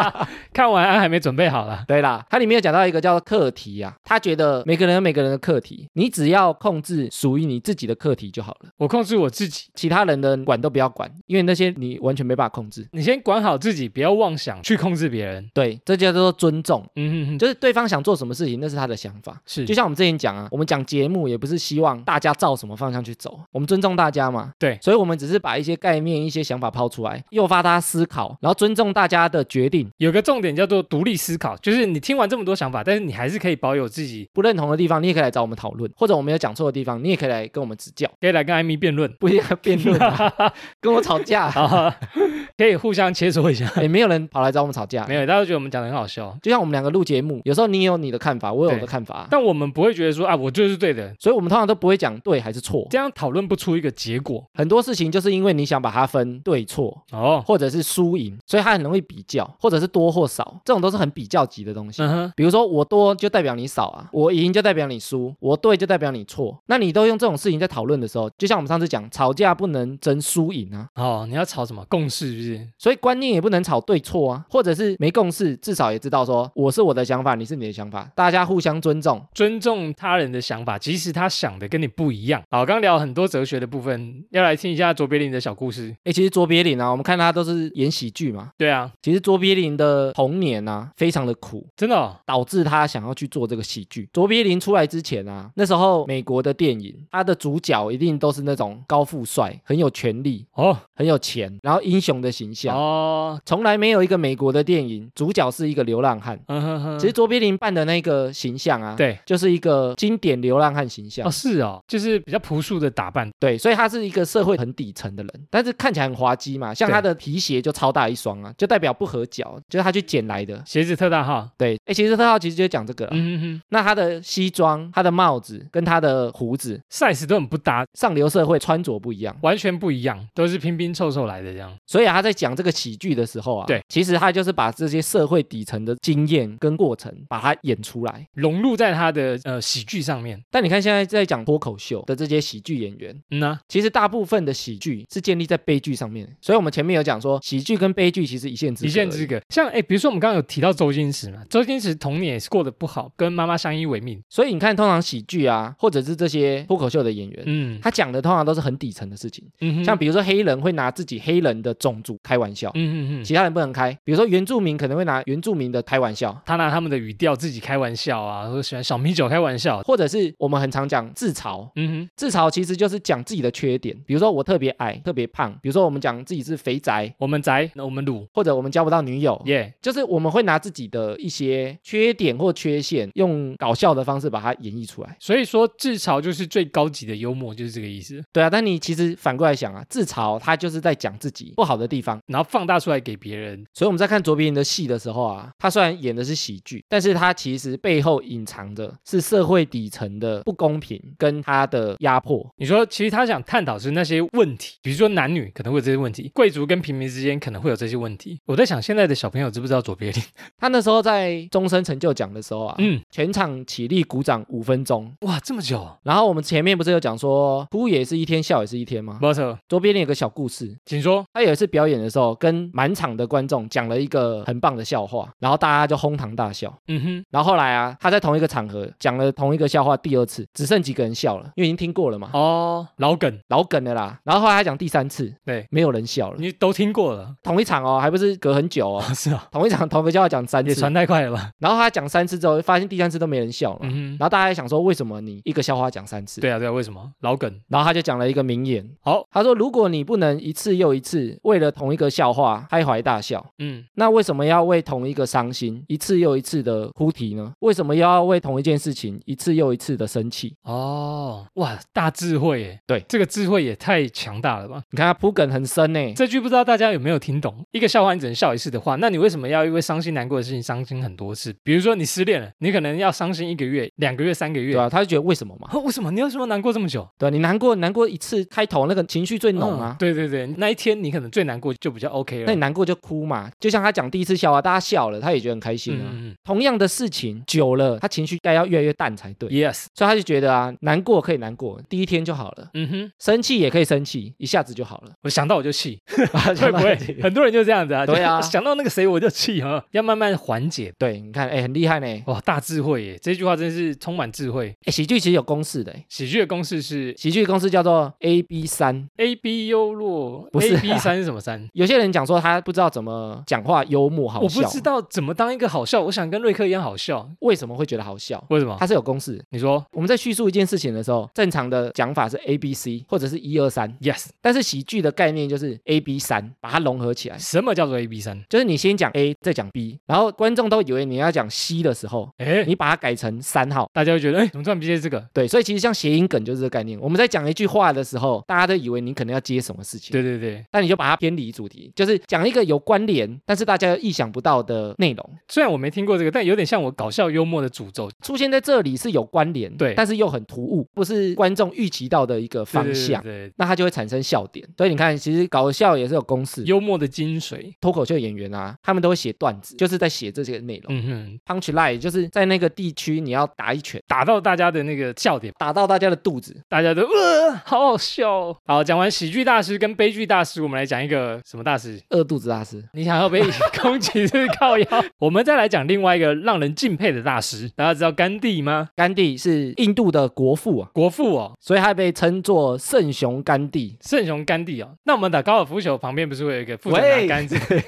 S1: 看完啊还没准备好啦。
S2: 对啦，它里面有讲到一个叫做课题啊，他觉得每个人有每个人的课题，你只要控制属于你自己的课题就好了，
S1: 我控制我自己，
S2: 其他人的管都不要管，因为那些你完全没办法控制。
S1: 你先管好自己，不要妄想去控制别人。
S2: 对，这叫做尊重，
S1: 嗯哼哼，
S2: 就是对方想做什么事情，那是他的想法。
S1: 是
S2: 就像我们之前讲啊，我们讲节目也不是希望大家照什么方向去走，我们尊重大家嘛。
S1: 对
S2: 所以我们只是把一些概念、一些想法抛出来，诱发大家思考，然后尊重大家的决定。
S1: 有个重点叫做独立思考，就是你听完这么多想法，但是你还是可以保有自己，
S2: 不认同的地方，你也可以来找我们讨论，或者我们有讲错的地方，你也可以来跟我们指教，
S1: 可以来跟艾米辩论。
S2: 不一定要辩论、 啊，跟我吵架。
S1: 啊， 可以互相切磋一下。
S2: 也、没有人跑来找我们吵架
S1: 没。有，大家都觉得我们讲的很好笑，
S2: 就像我们两个录节目，有时候你有你的看法，我有我的
S1: 对
S2: 看法，
S1: 但我们不会觉得说啊，我就是对的，
S2: 所以我们通常都不会讲对还是错。
S1: 这样讨论不出一个结果。
S2: 很多事情就是因为你想把它分对错，
S1: 哦，
S2: 或者是输赢，所以它很容易比较，或者是多或少，这种都是很比较级的东西。
S1: 嗯哼，
S2: 比如说我多就代表你少啊，我赢就代表你输，我对就代表你错。那你都用这种事情在讨论的时候，就像我们上次讲，吵架不能争输赢啊，
S1: 哦，你要吵什么共识是不是？
S2: 所以观念也不能吵对错啊，或者是没共识，至少也知道说我是我的想法，你是你的想法，大家互相尊重。
S1: 尊重他人的想法，即使他想的跟你不一样。好，刚刚聊很多哲学的部分，要来听一下卓别林的小故事。
S2: 诶，其实卓别林啊，我们看他都是演喜剧嘛，
S1: 对啊，
S2: 其实卓别林的童年啊，非常的苦，
S1: 真的、哦，
S2: 导致他想要去做这个喜剧。卓别林出来之前啊，那时候美国的电影，他的主角一定都是那种高富帅，很有权力，
S1: 哦
S2: 很有钱，然后英雄的形象。
S1: 哦，
S2: 从来没有一个美国的电影主角是一个流浪汉。
S1: 嗯哼哼，
S2: 其实卓别林扮的那个形象啊，，
S1: 对。
S2: 就是一个经典流浪汉形象。
S1: 哦，是哦，就是比较朴素的打扮，
S2: 对，所以他是一个社会很底层的人，但是看起来很滑稽嘛，像
S1: 对
S2: 他的皮鞋就超大一双啊，就代表不合脚，就是他去捡来的。
S1: 鞋子特大号。
S2: 对，哎，其实特号其实就讲这个啦。
S1: 嗯哼哼
S2: 那他的西装、他的帽子跟他的胡子，
S1: ，size 都很不搭，
S2: 上流社会穿着不一样，
S1: 完全不一样，都是拼拼凑凑来的这样。
S2: 所以啊，他在在讲这个喜剧的时候啊，
S1: 对，
S2: 其实他就是把这些社会底层的经验跟过程把它演出来。
S1: 融入在他的呃喜剧上面。
S2: 但你看现在在讲脱口秀的这些喜剧演员，
S1: 嗯呐、
S2: 其实大部分的喜剧是建立在悲剧上面，所以我们前面有讲说，喜剧跟悲剧其实一线之
S1: 一线之
S2: 隔而已。
S1: 隔。像哎，比如说我们刚刚有提到周星驰嘛，周星驰童年也是过得不好，跟妈妈相依为命。
S2: 所以你看，通常喜剧啊，或者是这些脱口秀的演员，
S1: 嗯
S2: 他讲的通常都是很底层的事情，
S1: 嗯哼
S2: 像比如说黑人会拿自己黑人的种族开玩笑，
S1: 嗯嗯嗯，
S2: 其他人不能开。比如说原住民可能会拿原住民的开玩笑，
S1: 他拿他们的语调自己开玩笑啊，或喜欢小米酒开玩笑。
S2: 或者是我们很常讲自嘲。
S1: 嗯
S2: 自嘲其实就是讲自己的缺点，比如说我特别矮、特别胖，比如说我们讲自己是肥宅
S1: 哼，，我们宅，我们卤，
S2: 或者我们交不到女友，
S1: 耶、
S2: 就是我们会拿自己的一些缺点或缺陷，用搞笑的方式把它演绎出来。
S1: 所以说自嘲就是最高级的幽默，就是这个意思。
S2: 对啊，但你其实反过来想啊，自嘲它就是在讲自己不好的地方。
S1: 然后放大出来给别人，
S2: 所以我们在看卓别林的戏的时候啊，他虽然演的是喜剧，但是他其实背后隐藏着是社会底层的不公平跟他的压迫。
S1: 你说，其实他想探讨是那些问题，比如说男女可能会有这些问题，贵族跟平民之间可能会有这些问题。我在想，现在的小朋友知不知道卓别林？
S2: 他那时候在终身成就奖的时候啊，
S1: 嗯，
S2: 全场起立鼓掌五分钟。
S1: 哇，这么久，
S2: 然后我们前面不是有讲说哭也是一天，笑也是一天吗？
S1: 没错，
S2: 卓别林有个小故事，
S1: 请说。
S2: 他有一次表演的时候，跟满场的观众讲了一个很棒的笑话，然后大家就哄堂大笑。
S1: 嗯哼，
S2: 然后后来啊，他在同一个场合讲了同一个笑话第二次，只剩几个人笑了，因为已经听过了嘛，
S1: 哦，老梗，
S2: 老梗了啦。然后后来他讲第三次，
S1: 对，
S2: 没有人笑了。
S1: 你都听过了，
S2: 同一场哦，还不是隔很久 哦，
S1: 哦 是啊，
S2: 同一场同一个笑话讲三
S1: 也
S2: 次，
S1: 传太快了吧？
S2: 然后他讲三次之后，发现第三次都没人笑了。
S1: 嗯哼，
S2: 然后大家还想说，为什么你一个笑话讲三次？
S1: 对啊，对啊，为什么老梗？
S2: 然后他就讲了一个名言，
S1: 好，
S2: 他说：“如果你不能一次又一次为了同一个笑话开怀大笑，
S1: 嗯，
S2: 那为什么要为同一个伤心一次又一次的哭啼呢？为什么又要为同一件事情一次又一次的生气？
S1: 哦，哇，大智慧耶！
S2: 对
S1: 这个智慧也太强大了吧？
S2: 你看他铺梗很深呢。
S1: 这句不知道大家有没有听懂？一个笑话你只能笑一次的话，那你为什么要因为伤心难过的事情伤心很多次？比如说你失恋了，你可能要伤心一个月、两个月、三个月。
S2: 对啊，他就觉得为什么嘛？
S1: 哦为什么你为什么难过这么久？
S2: 对啊、你难过，你难过一次开头那个情绪最浓
S1: 嗯
S2: 啊，
S1: 对对对，那一天你可能最难过就比较 OK 了。
S2: 那你难过就哭嘛。就像他讲第一次笑啊，大家笑了，他也觉得很开心啊。
S1: 嗯嗯
S2: 同样的事情久了，他情绪该要越来越淡才
S1: 嗯。
S2: 对
S1: ，Yes，
S2: 所以他就觉得啊，难过可以难过，第一天就好了；
S1: 嗯哼，
S2: 生气也可以生气，一下子就好了。
S1: 我想到我就气，
S2: 会
S1: 会不会？ 很多人就这样子啊？
S2: 对啊
S1: 就想到那个谁我就气啊，要慢慢缓解。
S2: 对，你看，哎、很厉害呢。
S1: 哇，大智慧耶！这句话真是充满智慧。
S2: 哎，喜剧其实有公式的，哎
S1: 喜剧的公式是
S2: 喜剧公司叫做 A B 三。
S1: A B 优弱，
S2: 不是
S1: A
S2: 啊
S1: B 三是什么三？
S2: 有些人讲说他不知道怎么讲话幽默 好
S1: 我
S2: 笑，
S1: 不知道怎么当一个好笑，我想跟瑞克一样好笑，
S2: 为什么会觉得好笑，
S1: 为什么？
S2: 它是有公式。
S1: 你说
S2: 我们在叙述一件事情的时候，正常的讲法是 A B C 或者是一二三，
S1: yes，
S2: 但是喜剧的概念就是 A B 三，把它融合起来。
S1: 什么叫做 A B 三？
S2: 就是你先讲 A，再讲 B，然后观众都以为你要讲 C 的时候，
S1: 哎，
S2: 你把它改成三号。
S1: 大家会觉得，哎，怎么突然接这个？
S2: 对，所以其实像谐音梗就是这个概念。我们在讲一句话的时候，大家都以为你可能要接什么事情，
S1: 对对对，
S2: 但你就把它偏离主题，就是讲一个有关联，但是大家意想不到的内容。
S1: 虽然我没听过这个，但有点像我搞笑幽默的诅咒
S2: 出现在这里是有关联，
S1: 对
S2: 但是又很突兀，不是观众预期到的一个方向，
S1: 对对对对
S2: 那它就会产生笑点。所以你看，其实搞笑也是有公式，
S1: 幽默的精髓。
S2: 脱口秀演员啊，他们都会写段子，就是在写这些内容。
S1: 嗯哼，
S2: punch line 就是在那个地区你要打一拳，
S1: 打到大家的那个笑点，
S2: 打到大家的肚子。
S1: 大家都呃，好好笑、哦。好，讲完喜剧大师跟悲剧大师，我们来讲一个什么大师？
S2: 饿肚子大师，
S1: 你想要被攻击是靠腰。我们再来讲另外一个让人敬佩的大师，大家知道甘地吗？
S2: 甘地是印度的国父啊，
S1: 国父哦，
S2: 所以他被称作圣雄甘地。
S1: 圣雄甘地哦。那我们打高尔夫球旁边不是会有一个副手拿
S2: 喂
S1: 杆子？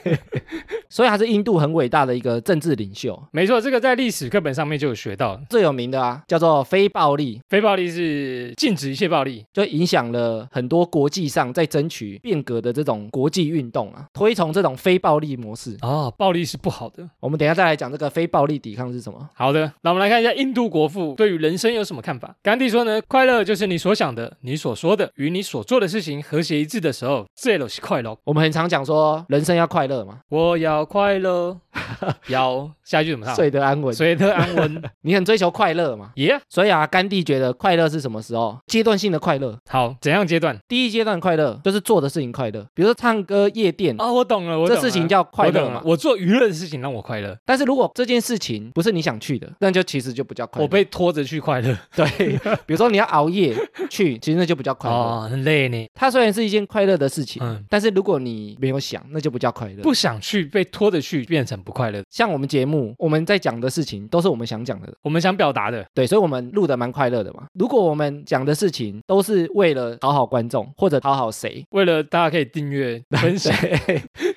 S2: 所以他是印度很伟大的一个政治领袖，
S1: 没错，这个在历史课本上面就有学到了。
S2: 最有名的啊叫做非暴力，
S1: 非暴力是禁止一切暴力，
S2: 就影响了很多国际上在争取变革的这种国际运动啊，推崇这种非暴力模式。
S1: 哦，暴力是不好的。
S2: 我们等一下再来讲这个非暴力抵抗是什么。
S1: 好的，那我们来看一下印度国父对于人生有什么看法。甘地说呢，快乐就是你所想的、你所说的与你所做的事情和谐一致的时候，这就是快乐。
S2: 我们很常讲说人生要快乐嘛，
S1: 我要要快乐， 要下一句怎么唱？
S2: 睡得安稳。
S1: 随得安稳。
S2: 你很追求快乐嘛？
S1: 耶、
S2: 所以啊，甘地觉得快乐是什么时候？阶段性的快乐。
S1: 好，怎样阶段？
S2: 第一阶段快乐就是做的事情快乐，比如说唱歌、夜店，
S1: 哦，我懂了，我懂
S2: 嗯这
S1: 了
S2: 事情叫快
S1: 我懂
S2: 乐嘛
S1: 了。我做娱乐的事情让我快乐，
S2: 但是如果这件事情不是你想去的，那就其实就不叫快乐。
S1: 我被拖着去快乐。
S2: 对，比如说你要熬夜 去，其实那就不叫快乐。
S1: 哦，很累呢。
S2: 它虽然是一件快乐的事情，
S1: 嗯，
S2: 但是如果你没有想，那就不叫快乐。
S1: 不想去，被拖着去，变成不快乐。
S2: 像我们节目，我们在讲的事情都是我们想讲的，
S1: 我们想表达的，
S2: 对，所以我们录的蛮快乐的嘛。如果我们讲的事情都是为了讨好观众或者讨好谁，
S1: 为了大家可以订阅、分 享，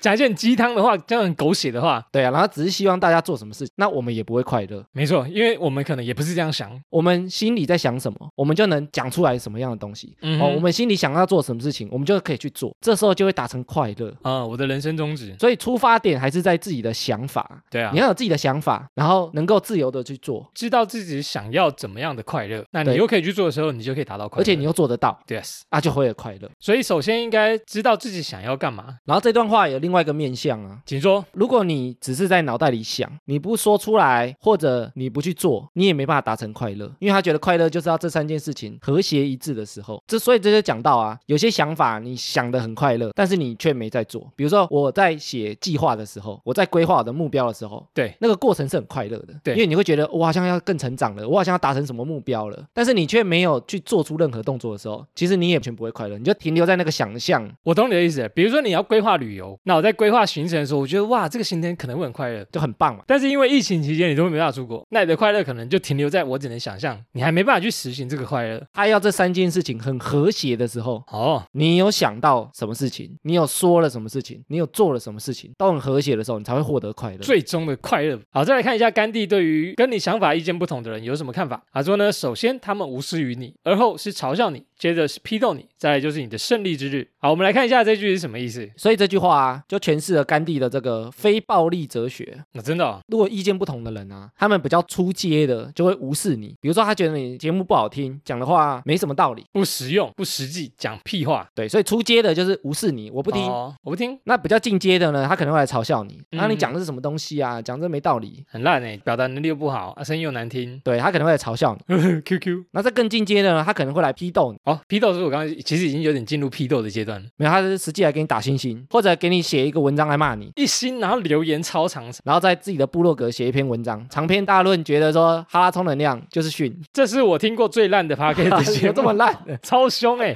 S1: 讲一些很鸡汤的话，这样很狗血的话，
S2: 对啊，然后只是希望大家做什么事，那我们也不会快乐。
S1: 没错，因为我们可能也不是这样想。
S2: 我们心里在想什么，我们就能讲出来什么样的东西。
S1: 嗯
S2: 哦
S1: 哼，
S2: 我们心里想要做什么事情，我们就可以去做，这时候就会达成快乐。
S1: 啊、我的人生宗旨，
S2: 所以出发点还是在自己的想法，
S1: 对啊
S2: 你，要有自己的想法，然后能够自由的去做，
S1: 知道自己想要怎么样的快乐，那你
S2: 对
S1: 又可以去做的时候，你就可以达到快乐。
S2: 而且你又做得到，
S1: yes，
S2: 啊，就会有快乐。
S1: 所以首先应该知道自己想要干嘛。
S2: 然后这段话有另外一个面向啊，
S1: 请说，
S2: 如果你只是在脑袋里想，你不说出来，或者你不去做，你也没办法达成快乐，因为他觉得快乐就是要这三件事情和谐一致的时候。这所以这就讲到啊，有些想法你想的很快乐，但是你却没在做。比如说我在写计划的时候，我在规划我的目标的时候。
S1: 对，
S2: 那个过程是很快乐的，
S1: 对
S2: 因为你会觉得我好像要更成长了，我好像要达成什么目标了，但是你却没有去做出任何动作的时候，其实你也全不会快乐，你就停留在那个想象，
S1: 我懂你的意思。比如说你要规划旅游，那我在规划行程的时候，我觉得哇，这个行程可能会很快乐。
S2: 就很棒嘛。
S1: 但是因为疫情期间你都没办法出国，那你的快乐可能就停留在我只能想象，你还没办法去实行这个快乐。
S2: 他要这三件事情很和谐的时候，
S1: 哦，
S2: 你有想到什么事情，你有说了什么事情，你有做了什么事情，都很和谐的时候，你才会获得快乐。
S1: 最终的快乐。好，再来看一下甘地对于跟你想法意见不同的人有什么看法。他说呢，首先他们无视于你，而后是嘲笑你，接着是批斗你，再来就是你的胜利之日。好，我们来看一下这句是什么意思。
S2: 所以这句话啊，就诠释了甘地的这个非暴力哲学。
S1: 那、真的、哦，
S2: 如果意见不同的人啊，他们比较出街的，就会无视你。比如说，他觉得你节目不好听，讲的话没什么道理，
S1: 不实用、不实际，讲屁话，
S2: 对，所以出街的就是无视你，我不听。
S1: 哦我不听，
S2: 那比较进阶的呢，他可能会来嘲笑你，
S1: 嗯
S2: 那、你讲的是什么东西啊？讲这没道理，
S1: 很烂哎，表达能力又不好，啊，声音又难听。
S2: 对他可能会来嘲笑你。
S1: 嗯 QQ，
S2: 那这更进阶的呢，他可能会来批斗你，
S1: 哦，批斗是我刚刚其实已经有点进入批斗的阶段了，
S2: 没有，他是实际来给你打星星，或者给你写一个文章来骂你。
S1: 一心然后留言超长，
S2: 然后在自己的部落格写一篇文章，长篇大论，觉得说哈拉充能量就 是训，
S1: 这是我听过最烂的 p o d c a s
S2: 有 这 么烂？
S1: 超凶哎、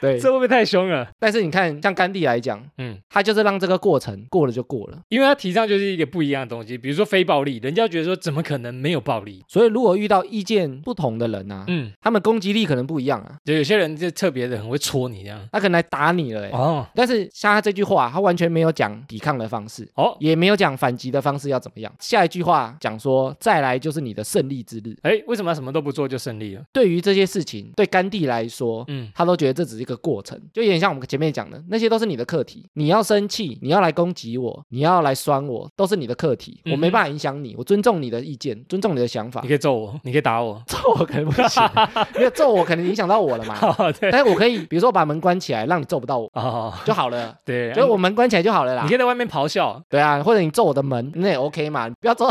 S2: 对
S1: 这。会不会太凶了？
S2: 但是你看，像甘地来讲，
S1: 嗯，
S2: 他就是让这个过程过了就过了。
S1: 因为他提倡就是一个不一样的东西，比如说非暴力，人家觉得说怎么可能没有暴力？
S2: 所以如果遇到意见不同的人啊，
S1: 嗯，
S2: 他们攻击力可能不一样啊，
S1: 就有些人就特别的很会戳你这样。
S2: 他可能来打你了、欸。
S1: 哦
S2: 但是像他这句话，他完全没有讲抵抗的方式，
S1: 哦，
S2: 也没有讲反击的方式要怎么样。下一句话讲说，再来就是你的胜利之日。
S1: 哎，为什么什么都不做就胜利了？
S2: 对于这些事情，对甘地来说，
S1: 嗯，
S2: 他都觉得这只是一个过程，就有点像我们前面讲的，那些都是你的课题。你要生气，你要来攻击我，你要来酸我，都是你的课题。
S1: 嗯
S2: 我没办法影响你，我尊重你的意见，尊重你的想法
S1: 你。可以揍我，你可以打我。
S2: 啊 揍我可能不行，因为揍我可能影响到我了嘛。
S1: 哦， 对，
S2: 但是我可以，比如说我把门关起来，让你揍不到我
S1: 哦，
S2: 就好了，
S1: 对，啊
S2: 就是我门关起来就好了啦
S1: 你可。以在外面咆哮，
S2: 对啊，或者你揍我的门，那也 OK 嘛，你不要揍，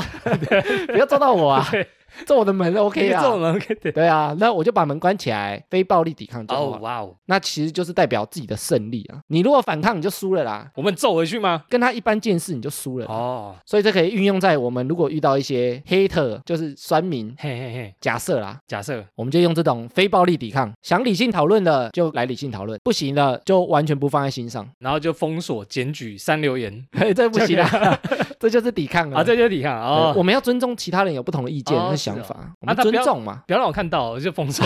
S2: 不要揍到我啊
S1: 对，
S2: 揍我的门
S1: 可以
S2: OK
S1: 这种
S2: 啊。
S1: 人可以对。
S2: 对啊，那我就把门关起来，非暴力抵抗就好
S1: 哦，
S2: 了。
S1: 哇哦，
S2: 那其实就是代表自己的胜利啊。你如果反抗，你就输了啦。
S1: 我们揍回去吗？
S2: 跟他一般见识，你就输了啦。
S1: 哦，
S2: 所以这可以运用在我们如果遇到一些 hater，就是酸民。
S1: 嘿嘿嘿，
S2: 假设啦，
S1: 假设
S2: 我们就用这种非暴力抵抗，想理性讨论的就来理性讨论，不行的就完全不放在 心上。
S1: 然后就封锁、检举、删留言
S2: 嘿，这不行啊， 这就是抵抗了。
S1: 啊，这就是抵抗
S2: 嗯对
S1: 哦。
S2: 我们要尊重其他人有不同的意见
S1: 哦
S2: 和
S1: 是哦
S2: 想法，我
S1: 啊
S2: 们
S1: 他不
S2: 尊
S1: 要
S2: 重嘛。
S1: 不要让我看到，我就封 锁，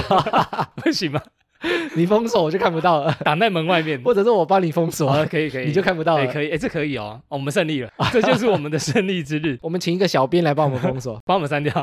S1: 不行吗？
S2: 你封锁我就看不 到了，
S1: 挡在门外面。
S2: 或者是我帮你封锁，
S1: 哦，可以可以，
S2: 你就看不到
S1: 哎
S2: 了。
S1: 可以哎，这可以哦，哦我们胜利 了，这就是我们的胜利之日，，
S2: 我们请一个小编来帮我们封锁
S1: 帮我们删掉，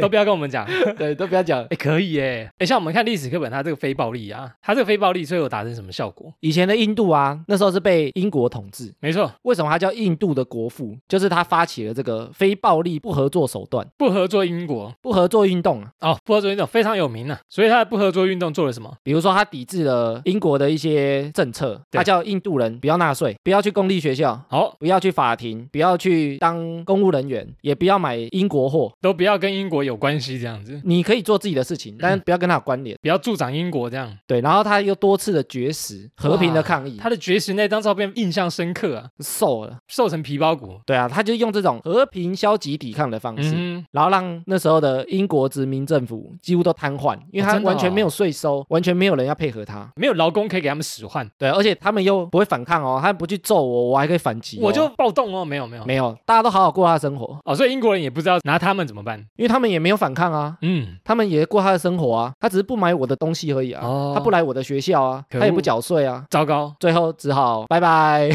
S1: 都不要跟我们 讲。
S2: 对，都不要讲。
S1: 哎，可以哎，哎，像我们看历史课本，它这个非暴力啊，它这个非暴力最后达成什么效果？
S2: 以前的印度啊，那时候是被英国统治。
S1: 没错，
S2: 为什么他叫印度的国父？就是他发起了这个非暴力不合作手段、
S1: 不合作英国
S2: 不合作运动啊。
S1: 哦，不合作运动非常有名啊，所以它的不合作运动做了什么？
S2: 比如如说他抵制了英国的一些政策，他
S1: 对
S2: 叫印度人不要纳税，不要去公立学校。
S1: 好，
S2: 不要去法庭，不要去当公务人员，也不要买英国货。
S1: 都不要跟英国有关系，这样子，
S2: 你可以做自己的事情，但不要跟他有关联。
S1: 不要助长英国这样。
S2: 对，然后他又多次的绝食，和平的抗议，
S1: 他的绝食那张照片印象深刻啊，
S2: 瘦了。
S1: 瘦成皮包骨。
S2: 对啊，他就用这种和平消极抵抗的方式，
S1: 嗯，
S2: 然后让那时候的英国殖民政府几乎都瘫痪，因为
S1: 哦
S2: 他
S1: 真的哦
S2: 完全没有税收，完全没有人要配合他。
S1: 没有劳工可以给他们使唤，
S2: 对，而且他们又不会反抗哦，他们不去揍我，我还可以反击哦、
S1: 我就暴动哦，没有没有
S2: 没有，大家都好好过他的生活，
S1: 哦，所以英国人也不知道拿他们怎么办。
S2: 因为他们也没有反抗啊。
S1: 嗯，
S2: 他们也过他的生活啊，他只是不买我的东西而已啊，
S1: 哦
S2: 他不来我的学校啊，
S1: 可恶
S2: 他也不缴税啊，
S1: 糟糕，
S2: 最后只好 拜拜，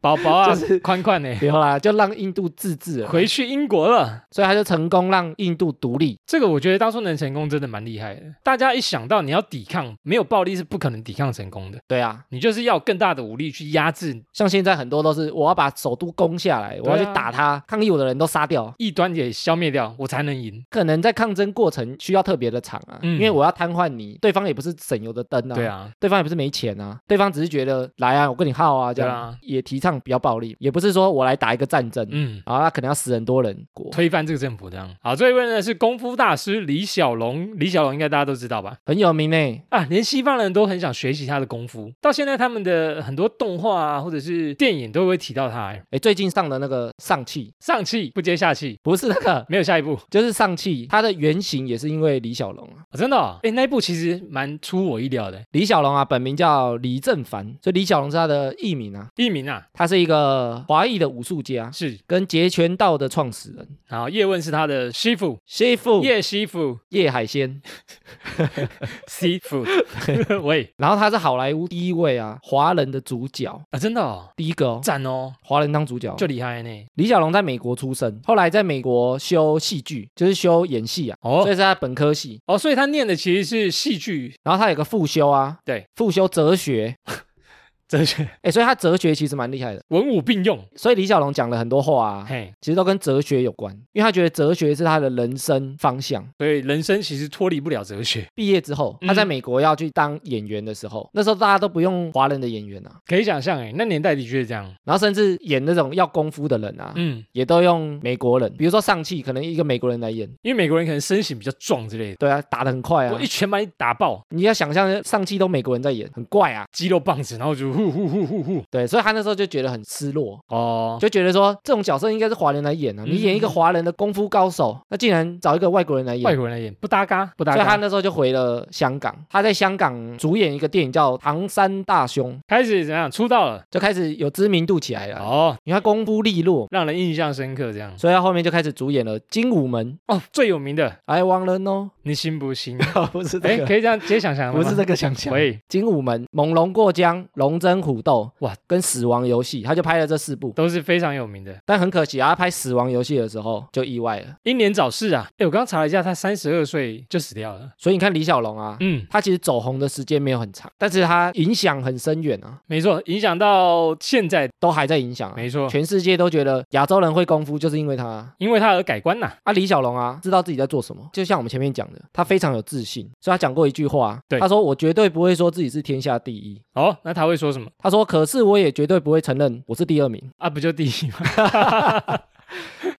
S1: 宝宝啊，
S2: 就是
S1: 宽宽呢，
S2: 没有啦，就让印度自治 了，
S1: 回去英国了。
S2: 所以他就成功让印度独立。
S1: 这个我觉得当初能成功真的蛮厉害的。大家一想到你要抵抗，没有暴力是不可能抵抗成功的，
S2: 对啊，
S1: 你就是要有更大的武力去压制
S2: 像现在很多都是我要把首都攻下来，我要
S1: 啊
S2: 去打他，抗议我的人都杀掉。
S1: 异端，也消灭掉，我才能赢。
S2: 可能在抗争过程需要特别的长啊，
S1: 嗯
S2: 因为我要瘫痪你，对方也不是省油的灯啊，
S1: 对，啊，
S2: 对方也不是没钱啊，对方只是觉得来啊，我跟你耗啊，这样、
S1: 对啊
S2: 也提倡比较暴力，也不是说我来打一个战争，
S1: 嗯。
S2: 啊，那可能要死很多人国，
S1: 推翻这个政府，这样好。最后一位呢是功夫大师李小龙，李小龙应该大家都知道吧？
S2: 很有名呢、
S1: 啊，连西方人都很想学习他的功夫，到现在他们的很多动画啊，或者是电影都会提到他。哎
S2: 哎，最近上的那个上汽，
S1: 上气不接下气，
S2: 不是那个，
S1: 没有下一步，
S2: 就是上汽，它的原型也是因为李小龙啊。
S1: 哦真的、哦。哎，那一部其实蛮出我意料的，
S2: 李小龙啊，本名叫李正凡，所以李小龙是他的艺名啊。
S1: 艺名啊
S2: 他是一个华裔的武术家，
S1: 是，
S2: 跟截拳道的创始人，
S1: 然后叶问是他的师傅，
S2: 师傅叶
S1: 叶师傅，
S2: 叶海鲜。
S1: 师傅， 喂
S2: 然后他是好莱坞第一位啊华人的主角，
S1: 啊，真的哦，
S2: 第一个、哦、
S1: 赞哦，
S2: 华人当主角。
S1: 就厉害呢。
S2: 李小龙在美国出生，后来在美国修戏剧，就是修演戏啊。所
S1: 哦
S2: 以是他本科系，
S1: 哦，所以他念的其实是戏剧
S2: 然后他有个副修啊，
S1: 对，
S2: 副修哲学，
S1: 哲学，
S2: 哎，所以他哲学其实蛮厉害的。
S1: 文武并用，
S2: 所以李小龙讲了很多话啊，
S1: 嘿，
S2: 其实都跟哲学有关，因为他觉得哲学是他的人生方向。
S1: 所以人生其实脱离不了哲学，
S2: 毕业之后，
S1: 嗯
S2: 他在美国要去当演员的时候，那时候大家都不用华人的演员啊，
S1: 可以想象，哎，那年代的确是这样，
S2: 然后甚至演那种要功夫的人啊，
S1: 嗯，
S2: 也都用美国人，比如说上汽，可能一个美国人来演，
S1: 因为美国人可能身形比较壮之类的。
S2: 对啊，打得很快啊
S1: 我一，拳把你打爆，
S2: 你要想象上汽都美国人在演，很怪啊，
S1: 肌肉棒子，然后就呼呼呼呼呼。
S2: 对，所以他那时候就觉得很失落。
S1: 哦，
S2: 就觉得说这种角色应该是华人来演啊，
S1: 嗯
S2: 你演一个华人的功夫高手，那竟然找一个外国人来演
S1: 外，国人来演不搭嘎，不搭
S2: 所以他
S1: 嘎。
S2: 那时候就回了香港，他在香港主演一个电影叫《唐山大兄》，
S1: 开始怎样出道了？
S2: 就开始有知名度起来了，
S1: 哦，
S2: 因为他功夫利落，
S1: 让人印象深刻这样。
S2: 所以他后面就开始主演了《精武门》。
S1: 哦，最有名的
S2: 哎，忘了哦，
S1: 你信 不 信？
S2: 不是
S1: 哎，可以这样接想想吗？
S2: 这个想象
S1: 喂，
S2: 精武门》《猛龙过江》《龙争虎斗》
S1: 哇
S2: 哇，跟《死亡游戏》，他就拍了这四部。
S1: 都是非常有名的。
S2: 但很可惜啊，他拍《死亡游戏》的时候就意外了。
S1: 英年早逝啊！哎，我刚刚查了一下，他三十二岁就死掉了。
S2: 所以你看李小龙啊，
S1: 嗯，
S2: 他其实走红的时间没有很长，但是他影响很深远啊，
S1: 没错，影响到现在，
S2: 都还在影响啊。
S1: 没错，
S2: 全世界都觉得亚洲人会功夫，就是因为他啊。
S1: 因为他而改观呐、
S2: 啊，李小龙啊，知道自己在做什么，就像我们前面讲的，他非常有自信，所以他讲过一句话，啊
S1: 对
S2: 他说：“我绝对不会说自己是天下第一。
S1: 哦，那他会说什么”
S2: 他说：“可是我也绝对不会承认我是第二名。
S1: 啊？不就第一吗？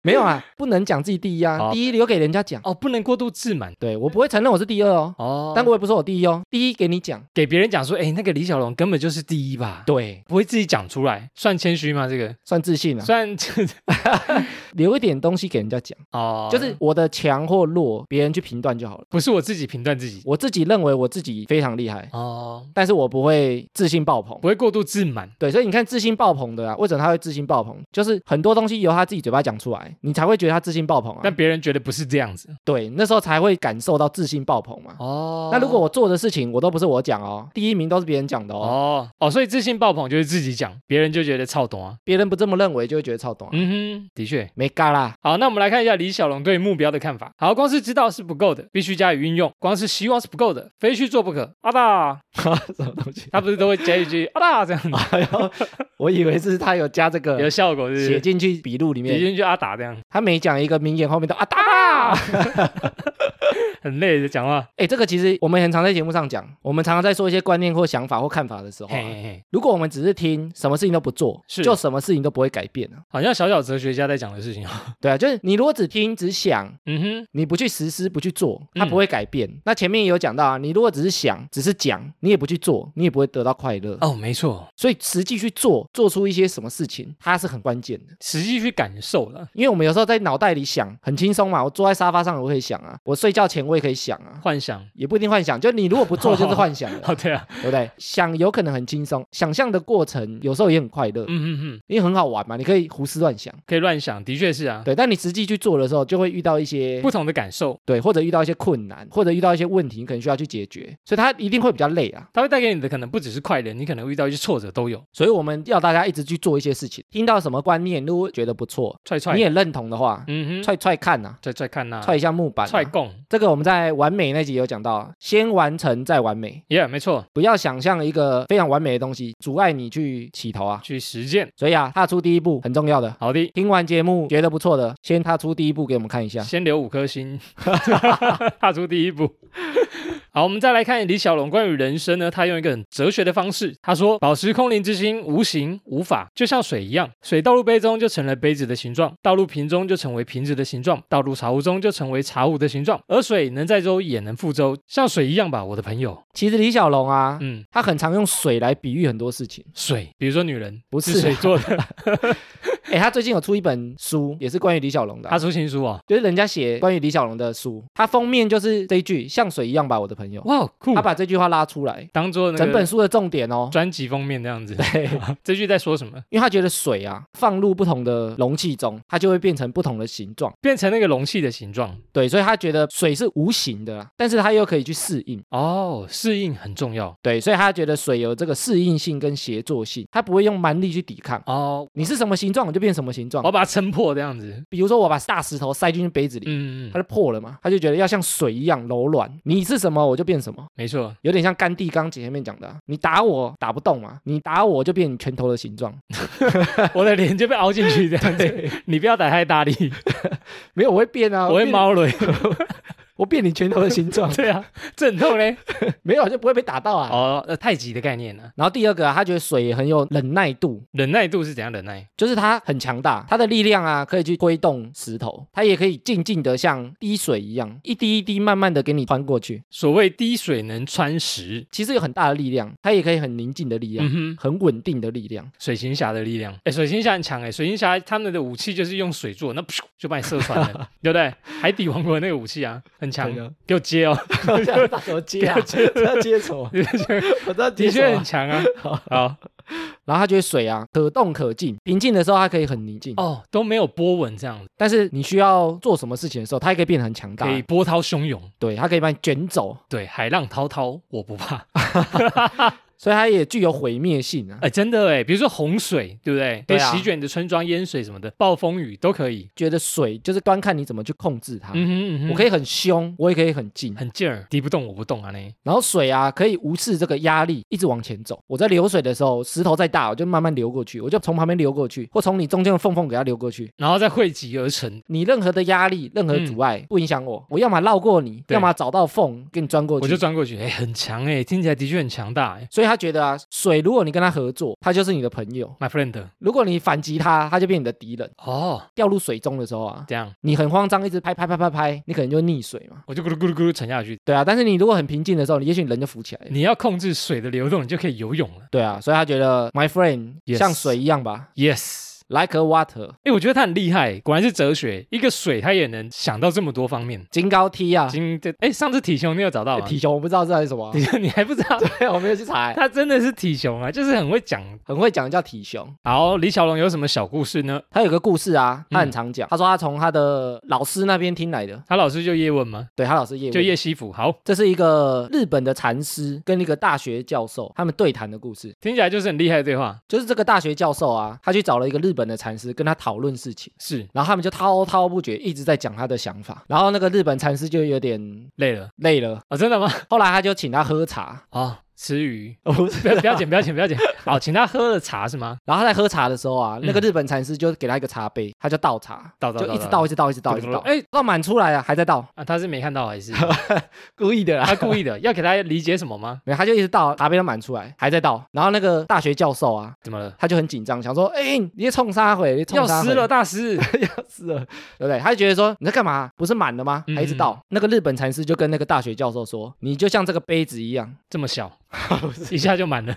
S2: 没有啊，不能讲自己第一啊，
S1: 好
S2: 第一留给人家讲。
S1: 哦，不能过度自满
S2: 对我不会承认我是第二哦，
S1: 哦。
S2: 但我也不说我第一哦，第一给你讲。
S1: 给别人讲说，哎，那个李小龙根本就是第一吧？
S2: 对，
S1: 不会自己讲出来，算谦虚吗？这个
S2: 算自信啊，
S1: 算
S2: 留一点东西给人家讲，
S1: 哦，
S2: 就是我的强或弱，别人去评断就好了。
S1: 不是我自己评断自己
S2: 我自己认为我自己非常厉害，
S1: 哦，
S2: 但是我不会自信爆棚。”
S1: 不会过度自满。
S2: 对，所以你看自信爆棚的啊，为什么他会自信爆棚？就是很多东西由他自己嘴巴讲出来，你才会觉得他自信爆棚啊
S1: 但。别人觉得不是这样子
S2: 对，那时候才会感受到自信爆棚嘛。
S1: 哦
S2: 那如果我做的事情我都不是我讲哦，第一名都是别人讲的哦，
S1: 哦哦，所以自信爆棚就是自己讲，别人就觉得操懂啊。
S2: 别人不这么认为就会觉得超懂、啊，
S1: 嗯哼，的确。
S2: 没嘎啦。
S1: 好，那我们来看一下李小龙对目标的看法。好，光是知道是不够的，必须加以运用。光是希望是不够的，非去做不可。阿、大，
S2: 什么东西？
S1: 他不是都会加一句阿、大这样子，
S2: 哎呦，我以为是他有加这
S1: 有
S2: 个
S1: 效果是不
S2: 写
S1: 是？
S2: 进去笔录里
S1: 直
S2: 面，
S1: 接就阿达这样，啊
S2: 他每讲一个名言后面都啊哒，
S1: 很累的讲话。
S2: 哎，这个其实我们很常在节目上讲，我们常常在说一些观念或想法或看法的时候、
S1: 嘿
S2: 啊，
S1: 嘿嘿，
S2: 如果我们只是听，什么事情都不做，
S1: 是
S2: 就什么事情都不会改变啊。
S1: 好像小小哲学家在讲的事情啊。
S2: 对啊，就是你如果只听只想，
S1: 嗯哼，
S2: 你不去实施不去做，它
S1: 嗯
S2: 不会改变。那前面也有讲到啊，你如果只是想只是讲，你也不去做，你也不会得到快乐。
S1: 哦，没错，
S2: 所以实际去做，做出一些什么事情，它是很关键的。
S1: 实际去感受了，
S2: 因为我们有时候在脑袋里想很轻松嘛，我坐在沙发上我可以想啊，我睡觉前我也可以想啊，
S1: 幻想。
S2: 也不一定幻想，就你如果不做就是幻想了，
S1: 哦，对啊，
S2: 对不对？想有可能很轻松，想象的过程有时候也很快乐，
S1: 嗯嗯嗯，
S2: 因为很好玩嘛，你可以胡思乱想。
S1: 可以乱想，的确是啊，
S2: 对，但你实际去做的时候，就会遇到一些
S1: 不同的感受，
S2: 对，或者遇到一些困难，或者遇到一些问题，你可能需要去解决，所以它一定会比较累啊。
S1: 它会带给你的可能不只是快乐，你可能会遇到一些挫折都有。
S2: 所以我们要大家一直去做一些事情，听到什么观念，如果觉得不错，
S1: 踹踹
S2: 你，也认同的话，
S1: 嗯哼，
S2: 踹踹看呐、
S1: 踹踹看呐、
S2: 啊，踹一下木板、
S1: 踹。供，
S2: 这个我们在完美那集有讲到啊，先完成再完美，
S1: 也、yeah, 没错，
S2: 不要想象一个非常完美的东西阻碍你去起头啊。
S1: 去实践。
S2: 所以啊，踏出第一步很重要的。
S1: 好的，
S2: 听完节目觉得不错的，先踏出第一步给我们看一下。
S1: 先留五颗星， 踏出第一步。好，我们再来看李小龙关于人生呢，他用一个很哲学的方式，他说：“保持空灵之心，无形无法，就像水一样，水倒入杯中就成了杯子的形状，倒入瓶中就成为瓶子的形状，倒入茶壶中就成为茶壶的形状。而水能载舟，也能覆舟，像水一样吧，我的朋友。
S2: 其实李小龙啊，
S1: 嗯，
S2: 他很常用水来比喻很多事情。
S1: 水，比如说女人
S2: 不
S1: 是
S2: 是啊
S1: 水做的，
S2: 哎，他最近有出一本书，也是关于李小龙的啊、
S1: 他出新书哦，
S2: 就是人家写关于李小龙的书，他封面就是这一句“像水一样吧，我的朋友
S1: 哇，”，酷
S2: 他，把这句话拉出来，
S1: 当做那
S2: 整本
S1: 个
S2: 书的重点哦。
S1: 专辑封面那样子。
S2: 对，
S1: 这句在说什么？
S2: 因为他觉得水啊放入不同的容器中，它就会变成不同的形状。
S1: 变成那个容器的形状
S2: 对，所以他觉得水是无形的啊，但是他又可以去适应。
S1: 哦，适应很重要。”
S2: 对，所以他觉得水有这个适应性跟协作性，他不会用蛮力去抵抗。
S1: 哦，
S2: 你是什么形状，我就变什么形状
S1: 我。要把它撑破这样子。
S2: 哦比如说，我把大石头塞进去杯子里，
S1: 嗯，嗯
S2: 它
S1: 嗯
S2: 就破了嘛。他就觉得要像水一样柔软，你是什么，我就变什么。
S1: 没错，
S2: 有点像甘地刚前面讲的啊、你打我打不动嘛，你打我就变你拳头的形状，
S1: 我的脸就被凹进去这样子。你不要打太大力，
S2: 没有我会变啊，
S1: 我会
S2: 变，
S1: 猫了。
S2: 我变你拳头的形状
S1: ，对啊，阵痛 嘞。
S2: 没有就不会被打到啊。
S1: 哦，呃，太极的概念呢、
S2: 然后第二个、啊，他觉得水也很有忍耐度，
S1: 忍耐度是怎样忍耐？
S2: 就是它很强大，它的力量啊可以去推动石头，它也可以静静的像滴水一样，一滴一滴慢慢的给你穿过去，
S1: 所谓滴水能穿石，
S2: 其实有很大的力量，它也可以很宁静的力量，
S1: 嗯哼，
S2: 很稳定的力量。
S1: 水行侠的力量。哎，水行侠很强哎，水行侠他们的武器就是用水做，那噗就把你射穿 了，对不对？海底王国那个武器啊，很强
S2: 对啊，
S1: 给我接哦，
S2: 要怎么接啊？要接什么？我知道
S1: 的确很强啊。好
S2: 然后他觉得水啊可动可静，平静的时候它可以很宁静，
S1: 哦，都没有波纹这样，
S2: 但是你需要做什么事情的时候，它也可以变得很强大
S1: 可，以波涛汹涌。
S2: 对，它可以把你卷走，
S1: 对，海浪滔滔，我不怕。
S2: 所以它也具有毁灭性啊。
S1: 哎，真的哎，比如说洪水，对不对？可以
S2: 对啊
S1: 席卷你的村庄、淹水什么的，暴风雨都可以。
S2: 觉得水就是端看你怎么去控制它。
S1: 嗯哼嗯哼，
S2: 啊我可以很凶，我也可以很静。
S1: 很劲儿，敌不动我不动啊呢。
S2: 然后水啊，可以无视这个压力，一直往前走。我在流水的时候，石头再大，我就慢慢流过去，我就从旁边流过去，或从你中间的缝缝给它流过去。
S1: 然后再汇集而成，
S2: 你任何的压力、任何阻碍、不影响我，我要么绕过你，
S1: 嗯对
S2: 要么找到缝给你钻过去。
S1: 我就钻过去，哎，很强哎，听起来的确很强大哎
S2: 所以他觉得啊，水如果你跟他合作，他就是你的朋友；
S1: ，my friend。
S2: 如果你反击他，他就变你的敌人。
S1: 哦，
S2: 掉入水中的时候啊，
S1: 这样
S2: 你很慌张，一直拍拍拍拍拍，你可能就溺水嘛。
S1: 我就咕噜咕噜咕噜沉下去。
S2: 对啊，但是你如果很平静的时候，你也许你人就浮起来了。
S1: 你要控制水的流动，你就可以游泳了。
S2: 对啊，所以他觉得 my friend
S1: Yes
S2: 像水一样吧
S1: Yes。
S2: ，like a water，
S1: 哎，我觉得他很厉害，果然是哲学。一个水，他也能想到这么多方面。
S2: 金高梯啊。
S1: 今这哎，上次体熊你有找到吗？
S2: 体熊我不知道这是什么啊、
S1: 体熊 你还不知道，
S2: 对，我没有去查欸、
S1: 他真的是体熊啊，就是很会讲
S2: 很会讲叫体熊。
S1: 好，李小龙有什么小故事呢？
S2: 他有个故事啊，他
S1: 嗯
S2: 很常讲，他说他从他的老师那边听来的，
S1: 他老师就叶问吗？
S2: 对他老师叶
S1: 就
S2: 问
S1: 叶西服。好，
S2: 这是一个日本的禅师跟一个大学教授他们对谈的故事。
S1: 听起来就是很厉害的对话。
S2: 就是这个大学教授啊，他去找了一个日本的禅师跟他讨论事情，
S1: 是
S2: 然后他们就滔滔不绝，一直在讲他的想法。然后那个日本禅师就有点
S1: 累了
S2: 累了，
S1: 啊、真的吗？
S2: 后来他就请他喝茶。，
S1: 啊、吃鱼
S2: 我不
S1: 不
S2: 是
S1: 要不要剪不要剪不 要剪。好，请他喝了茶是吗？
S2: 然后他在喝茶的时候啊，那个日本禅师就给他一个茶杯，他就倒茶，
S1: 嗯倒倒
S2: 就
S1: 倒
S2: 一直
S1: 倒
S2: 倒，一直倒，一直倒，一直倒，哎，
S1: 哎
S2: 倒满出来啊，还在倒，
S1: 啊，他是没看到还 是
S2: 故意的啦。
S1: 他故意的？要啊给他理解什么吗？
S2: 没有，他就一直倒，茶杯都满出来，还在倒。然后那个大学教授啊，
S1: 怎么了？哦
S2: 他就很紧张，想说：“哎、你别冲杀回，你
S1: 要
S2: 冲杀
S1: 湿了，大师。
S2: 要死了，对不对？”他就觉得说：“你在干嘛？不是满了吗？
S1: 嗯
S2: 还一直倒。那个日本禅师就跟那个大学教授说：“你就像这个杯子一样，
S1: 这么 小，一下就满了。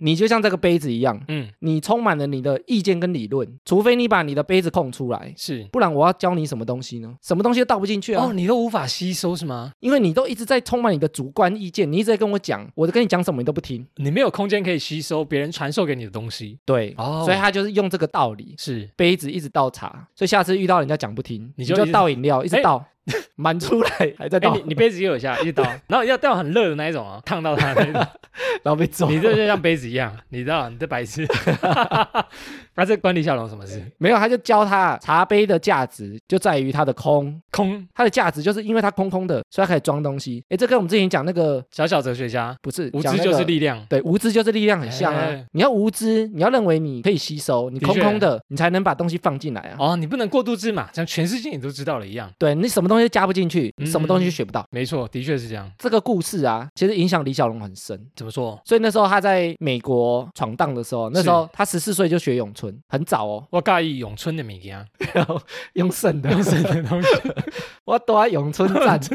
S2: 你就像这个杯子一样，
S1: 嗯，
S2: 你充满了你的意见跟理论，除非你把你的杯子空出来。”
S1: 是。
S2: 不然我要教你什么东西呢？什么东西都倒不进去啊！
S1: 哦，你都无法吸收是吗？
S2: 因为你都一直在充满你的主观意见，你一直在跟我讲，我跟你讲什么你都不听。
S1: 你没有空间可以吸收别人传授给你的东西。
S2: 对，
S1: 哦
S2: 所以他就是用这个道理，
S1: 是
S2: 杯子一直倒茶，所以下次遇到人家讲不听，
S1: 你
S2: 你
S1: 就
S2: 就
S1: 一直
S2: 倒饮料，一直
S1: 哎
S2: 倒， 满出来还在
S1: 哎、
S2: 倒，
S1: 你你杯子也有一下一 刀，然后要倒很热的那一种啊，烫到它的那种，
S2: 然后被揍。
S1: 你这就像杯子一样，你知道你这白痴， 那、啊、这关李小龙什么事？
S2: 没有，他就教他茶杯的价值就在于它的空，
S1: 空
S2: 它的价值就是因为它空空的，所以它可以装东西。哎，这跟我们之前讲那个
S1: 小小哲学家，
S2: 不是
S1: 无
S2: 讲
S1: 知
S2: 那
S1: 就是
S2: 个
S1: 力量，
S2: 对，无知就是力量很像啊
S1: 哎！
S2: 你要无知，你要认为你可以吸收，你
S1: 的
S2: 空
S1: 确
S2: 空的，你才能把东西放进来啊。
S1: 哦，你不能过度自满，像全世界你都知道了一样。
S2: 对你什么东西都加不进去，
S1: 嗯
S2: 你什么东西都学不到。
S1: 没错，的确是这样。
S2: 这个故事啊，其实影响李小龙很深。
S1: 怎么说？
S2: 所以那时候他在美国闯荡的时候，那时候他十四岁就学咏春，很早哦，
S1: 我介意咏春的物件，
S2: 用剩的，
S1: 咏春的东西。
S2: 我躲在咏春站。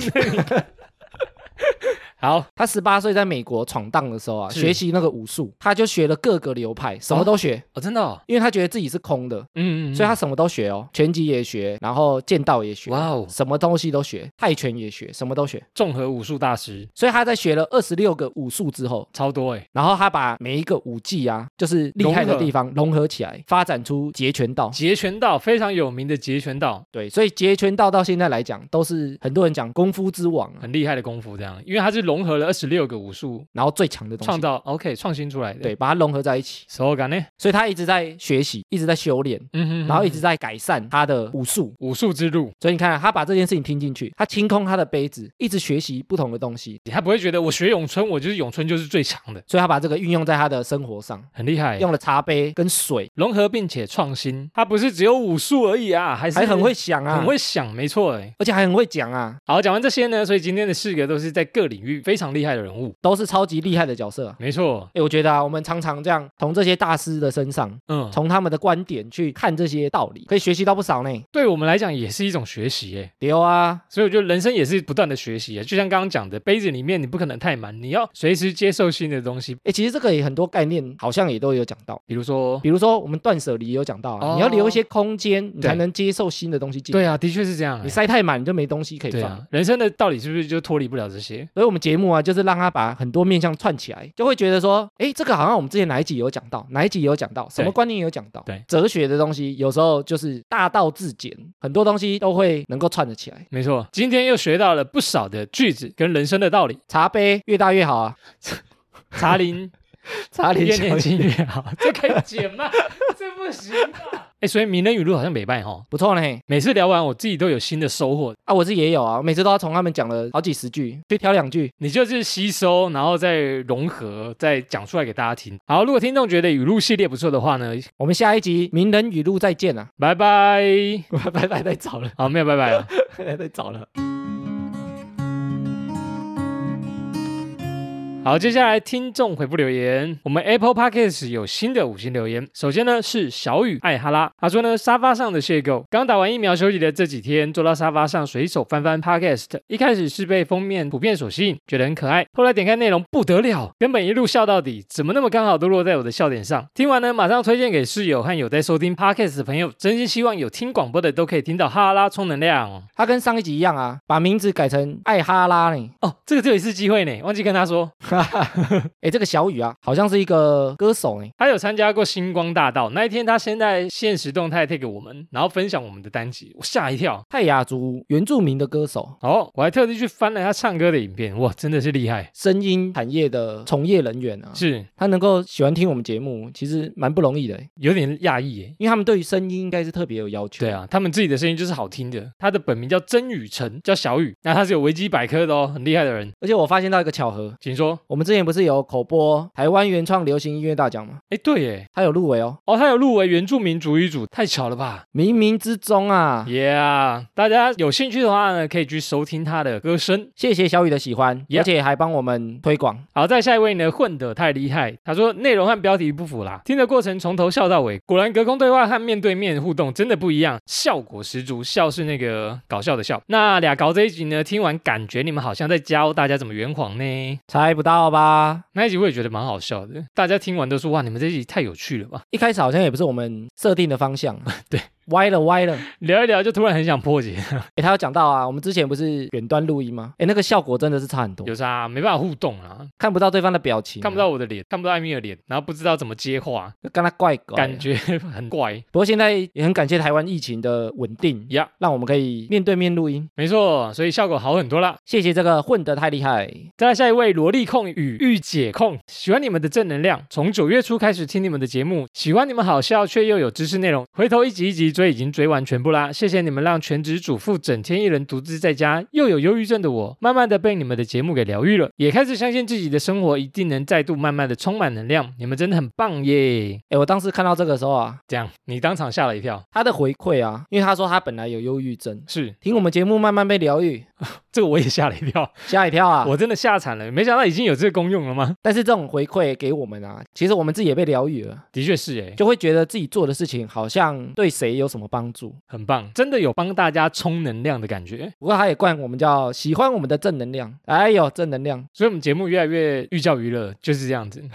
S1: 好，
S2: 他十八岁在美国闯荡的时候啊，
S1: 是
S2: 学习那个武术，他就学了各个流派，什么都学，
S1: 哦，真的、哦，
S2: 因为他觉得自己是空的，
S1: 嗯嗯，
S2: 所以他什么都学哦，拳击也学，然后剑道也学。
S1: 哇哦，
S2: 什么东西都学，泰拳也学，什么都学。
S1: 综合武术大师
S2: 所以他在学了二十六个武术之后，
S1: 超多哎，
S2: 然后他把每一个武技啊，就是厉害
S1: 融
S2: 的
S1: 合
S2: 地方融合起来，发展出截拳道。
S1: 截拳道非常有名的截拳道，
S2: 对，所以截拳道到现在来讲，都是很多人讲功夫之王、啊，
S1: 很厉害的功夫，这样，因为它是融合了二十六个武术
S2: 然后最强的东
S1: 创
S2: 西。
S1: 造，OK 创新出来的。
S2: 对，，把它融合在一起，
S1: 手感呢，
S2: 所以他一直在学习，一直在修炼，
S1: 嗯哼
S2: 然后一直在改善他的武术。
S1: 武术之路，
S2: 所以你看啊、他把这件事情听进去，他清空他的杯子，一直学习不同的东西，
S1: 他不会觉得我学咏春，我就是咏春就是最强的，
S2: 所以他把这个运用在他的生活上，
S1: 很厉害。
S2: 用了茶杯跟水，
S1: 融合并且创新，他不是只有武术而已啊，还是
S2: 还很会想啊，
S1: 很会想，没错哎。
S2: 而且还很会讲啊，
S1: 好，讲完这些呢，所以今天的四个都是在各领域非常厉害的人物，
S2: 都是超级厉害的角色、啊。
S1: 没错，
S2: 哎，我觉得啊，我们常常这样从这些大师的身上，
S1: 嗯，
S2: 从他们的观点去看这些道理，可以学习到不少呢。
S1: 对我们来讲也是一种学习哎。
S2: 对啊，
S1: 所以我觉得人生也是不断的学习啊，就像刚刚讲的，杯子里面你不可能太满，你要随时接受新的东西，
S2: 哎，其实这个也很多概念好像也都有讲到，
S1: 比如说，
S2: 比如说我们断舍离也有讲到啊，
S1: 哦
S2: 你要留一些空间，你
S1: 对
S2: 才能接受新的东西进来。
S1: 对啊，的确是这样、
S2: 你
S1: 欸。
S2: 塞太满，你就没东西可以
S1: 对
S2: 放。
S1: 啊，人生的道理是不是就脱离不了这些？
S2: 所以，我们节目啊，就是让他把很多面向串起来，就会觉得说，哎，这个好像我们之前哪一集有讲到，哪一集有讲到，什么观念有讲到，
S1: 对
S2: 哲学的东西有时候就是大道至简，很多东西都会能够串得起来。
S1: 没错，今天又学到了不少的句子跟人生的道理。
S2: 茶杯越大越好啊，
S1: 茶林
S2: 茶
S1: 越
S2: 林
S1: 年轻越好， 这可以剪 吗？这不行吧？哎、所以名人语录好像没败哈。
S2: 不错呢。
S1: 每次聊完，我自己都有新的收获。
S2: 啊，我是也有啊，我每次都要从他们讲了好几十句去挑两句。
S1: 你就是吸收，然后再融合，再讲出来给大家听。好，如果听众觉得语录系列不错的话呢，
S2: 我们下一集名人语录再见啊，
S1: 拜拜。
S2: 拜拜，再找了，
S1: 好，没有拜拜了。
S2: 拜拜，再找了。
S1: 好，接下来听众回复留言，我们 Apple Podcast 有新的五星留言。首先呢是小雨艾哈拉，他说呢沙发上的邂逅，刚打完疫苗休息的这几天，坐到沙发上随手翻翻 Podcast，一开始是被封面图片所吸引，觉得很可爱，后来点开内容不得了，根本一路笑到底，怎么那么刚好都落在我的笑点上？听完呢，马上推荐给室友和有在收听 Podcast 的朋友，真心希望有听广播的都可以听到哈拉充能量哦。
S2: 他跟上一集一样啊，把名字改成艾哈拉呢。
S1: 哦，这个只有一次机会呢，忘记跟他说，
S2: 哎，这个小雨啊，好像是一个歌手哎，
S1: 他有参加过星光大道那一天，他先在现实动态 take 给我们，然后分享我们的单集，我吓一跳。
S2: 泰雅族原住民的歌手，
S1: 哦，我还特地去翻了他唱歌的影片，哇，真的是厉害！
S2: 声音产业的从业人员啊，
S1: 是
S2: 他能够喜欢听我们节目，其实蛮不容易的哎，
S1: 有点讶异耶。
S2: 因为他们对于声音应该是特别有要求。
S1: 对，啊，他们自己的声音就是好听的。他的本名叫曾雨辰，叫小雨，那他是有维基百科的哦，很厉害的人。
S2: 而且我发现到一个巧合，
S1: 请说。
S2: 我们之前不是有口播台湾原创流行音乐大奖吗？
S1: 哎，对耶，
S2: 他有入围哦，
S1: 哦，他有入围原住民族语组，太巧了吧
S2: 冥冥之中啊，
S1: ？Yeah，大家有兴趣的话呢，可以去收听他的歌声。
S2: 谢谢小雨的喜欢，
S1: Yeah
S2: 而且还帮我们推广。
S1: 好，再下一位呢，混得太厉害。他说内容和标题不符啦，听的过程从头笑到尾，果然隔空对话和面对面互动真的不一样，效果十足。笑是那个搞笑的笑。那俩搞这一集呢，听完感觉你们好像在教大家怎么圆谎呢。
S2: 猜不到吧？
S1: 那一集我也觉得蛮好笑的，大家听完都说哇，你们这一集太有趣了吧，
S2: 一开始好像也不是我们设定的方向，
S1: 对，
S2: 歪了歪 了。
S1: 聊一聊就突然很想破解，
S2: 诶，他有讲到啊，我们之前不是远端录音吗？诶，那个效果真的是差很多
S1: 有，啥没办法互动啊，
S2: 看不到对方的表情啊、
S1: 看不到我的脸，看不到艾米的脸，然后不知道怎么接话，
S2: 就跟他怪啊狗
S1: 感。觉很怪。
S2: 不过现在也很感谢台湾疫情的稳定
S1: 呀
S2: 让我们可以面对面录音。
S1: 没错，所以效果好很多啦。
S2: 谢谢这个混得太厉害，
S1: 再来下一位萝莉控与御姐控，喜欢你们的正能量，从九月初开始听你们的节目，喜欢你们好笑却又有知识内容，回头一集一集追，已经追完全部啦。谢谢你们让全职主妇整天一人独自在家又有忧郁症的我，慢慢的被你们的节目给疗愈了，也开始相信自己的生活一定能再度慢慢的充满能量。你们真的很棒耶！
S2: 诶，我当时看到这个时候啊，
S1: 这样你当场吓了一跳，
S2: 他的回馈啊，因为他说他本来有忧郁症，
S1: 是
S2: 听我们节目慢慢被疗愈，
S1: 这个我也吓了一 跳，
S2: 吓一跳啊！
S1: 我真的吓惨了，没想到已经有这个功用了吗？
S2: 但是这种回馈给我们啊，其实我们自己也被疗愈了，
S1: 的确是耶，
S2: 就会觉得自己做的事情好像对谁有什么帮助。
S1: 很棒，真的有帮大家充能量的感觉。
S2: 不过他也冠我们叫喜欢我们的正能量，哎呦正能量！
S1: 所以我们节目越来越寓教于乐，就是这样子。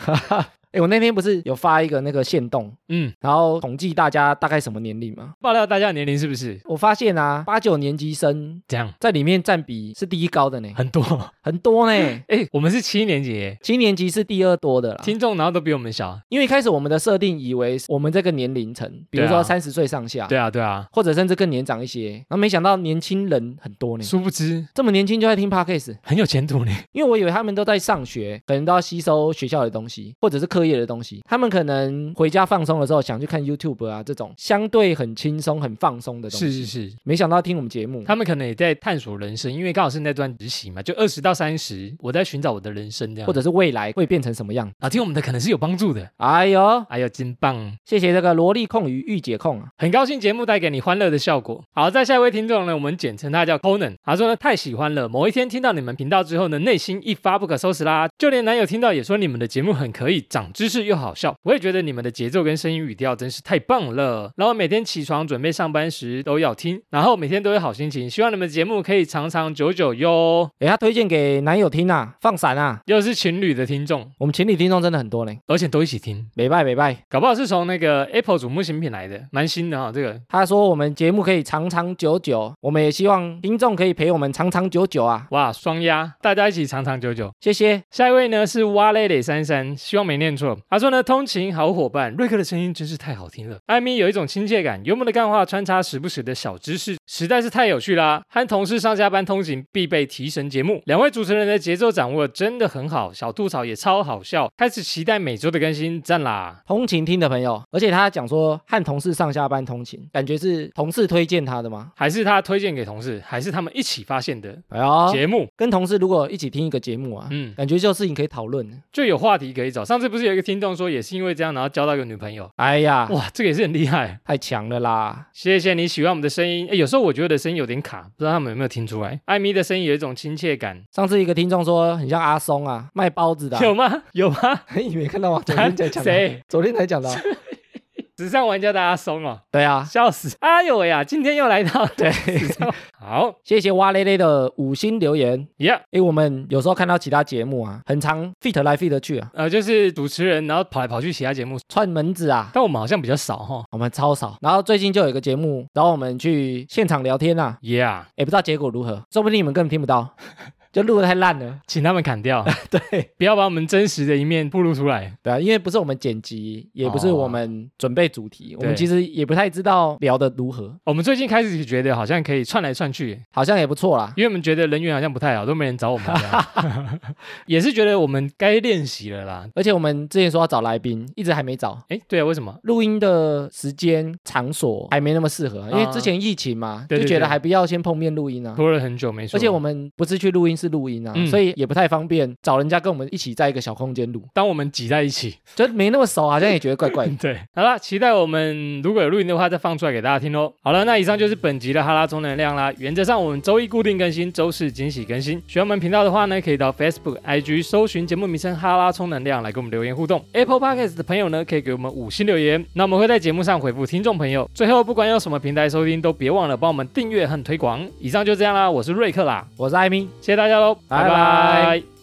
S2: 哎，我那天不是有发一个那个线动，
S1: 嗯，
S2: 然后统计大家大概什么年龄吗？
S1: 爆料大家的年龄是不是
S2: 我发现啊，八九年级生
S1: 这样？
S2: 在里面占比是第一高的呢，
S1: 很多
S2: 很多呢。
S1: 哎、我们是七年级耶，
S2: 七年级是第二多的啦，
S1: 听众然后都比我们小。
S2: 因为一开始我们的设定以为我们这个年龄层，比如
S1: 对啊
S2: 说三十岁上下，
S1: 对啊，对啊，
S2: 或者甚至更年长一些，然后没想到年轻人很多呢，
S1: 殊不知
S2: 这么年轻就在听 podcast，
S1: 很有前途呢。
S2: 因为我以为他们都在上学，可能都要吸收学校的东西，或者是课业的东西。他们可能回家放松的时候想去看 YouTube 啊，这种相对很轻松、很放松的东西。
S1: 是是是，
S2: 没想到听我们节目，
S1: 他们可能也在探索人生，因为刚好是那段实习嘛，就二十到三十，我在寻找我的人生这样。
S2: 或者是未来会变成什么样？
S1: 啊，听我们的可能是有帮助的。
S2: 哎呦，
S1: 哎呦，真棒！
S2: 谢谢这个萝莉控与御姐控啊！
S1: 很高兴节目带给你欢乐的效果。好，再下一位听众呢，我们简称他叫 Conan。他说呢，太喜欢了，某一天听到你们频道之后呢，内心一发不可收拾啦。就连男友听到也说你们的节目很可以，长知识又好笑。我也觉得你们的节奏跟声音语调真是太棒了。然后每天起床准备上班时都要听，然后每天都有好心情。希望你们节目可以长长久久哟。
S2: 诶，她推荐给男友听啊，放闪啊！
S1: 又是情侣的听众，
S2: 我们群里听众真的很多呢，
S1: 而且都一起听，
S2: 美拜美拜。
S1: 搞不好是从那个 Apple 瞩目新品来的，蛮新的哈、这个
S2: 他说我们节目可以长长久久，我们也希望听众可以陪我们长长久久啊！
S1: 哇，双压，大家一起长长久久。
S2: 谢谢。
S1: 下一位呢是哇嘞嘞珊珊，希望没念错。他说呢，通勤好伙伴，瑞克的声音真是太好听了。艾米有一种亲切感，幽默的干话穿插时不时的小知识，实在是太有趣啦。和同事上下班通勤必备提神节目。两位主持人的节奏掌握真的很好，小吐槽也超好笑。开始期待每周的更新，赞啦！
S2: 通勤听的朋友，而且他讲说和同事上下班通勤，感觉是同事推荐他的吗？
S1: 还是他推荐给同事，还是他们一起发现的
S2: 哎呦，
S1: 节目？
S2: 跟同事如果一起听一个节目啊，
S1: 嗯，
S2: 感觉就有事情可以讨论。
S1: 就有话题可以找。上次不是有一个听众说，也是因为这样，然后交到一个女朋友，
S2: 哎呀，
S1: 哇，这个也是很厉害。
S2: 太强了啦！
S1: 谢谢你喜欢我们的声音。诶有时候我觉得我的声音有点卡，不知道他们有没有听出来。艾米的声音有一种亲切 感，
S2: 上次一个听众说很像阿松啊，卖包子的、啊，
S1: 有吗？ 有吗？
S2: 你没看到吗？昨天才讲的，
S1: 谁？
S2: 昨天才讲的啊，
S1: 纸上玩家的阿松哦，
S2: 对啊，
S1: 笑死！哎呦喂呀，今天又来到
S2: 对，
S1: 纸上好
S2: 谢谢哇咧咧的五星留言。
S1: ，Yeah，
S2: 诶，我们有时候看到其他节目啊，很常 fit 来 fit 去啊，
S1: 呃，就是主持人，然后跑来跑去其他节目，
S2: 串门子啊，
S1: 但我们好像比较少哈。
S2: 我们超少。然后最近就有一个节目，然后我们去现场聊天啊，
S1: Yeah，
S2: 也不知道结果如何，说不定你们根本听不到。就录的太烂了。
S1: 请他们砍 掉，
S2: 对
S1: 不要把我们真实的一面暴露出来。
S2: 对啊，因为不是我们剪辑，也不是
S1: 哦
S2: 我们准备主题，我们
S1: 对
S2: 其实也不太知道聊的如何，
S1: 我们最近开始觉得好像可以串来串去，
S2: 好像也不错啦。
S1: 因为我们觉得人缘好像不太好，都没人找我们这 样，也是觉得我们该练习了啦。
S2: 而且我们之前说要找来宾，一直还没找。
S1: 哎，对啊，为什么？
S2: 录音的时间、场所还没那么适合啊，因为
S1: 啊
S2: 之前疫情嘛，
S1: 对对
S2: 就觉得
S1: 对
S2: 还不要先碰面录音啊。
S1: 拖了很久没说，
S2: 而且我们不是去录音室录音啊，
S1: 嗯
S2: 所以也不太方便找人家跟我们一起在一个小空间录，
S1: 当我们挤在一起，。
S2: 就没那么熟，好像也觉得怪怪的
S1: 对，好啦，期待我们如果有录音的话，再放出来给大家听喽。好了，那以上就是本集的哈拉充能量啦。原则上我们周一固定更新，周四惊喜更新。喜欢我们频道的话呢，可以到 Facebook、IG 搜寻节目名称“哈拉充能量”来跟我们留言互动。Apple Podcast 的朋友呢，可以给我们五星留言，那我们会在节目上回复听众朋友。最后，不管用什么平台收听，都别忘了帮我们订阅和推广。以上就这样啦，我是瑞克啦，
S2: 我是艾米，
S1: 谢谢大家喽，
S2: 拜
S1: 拜
S2: 拜
S1: 拜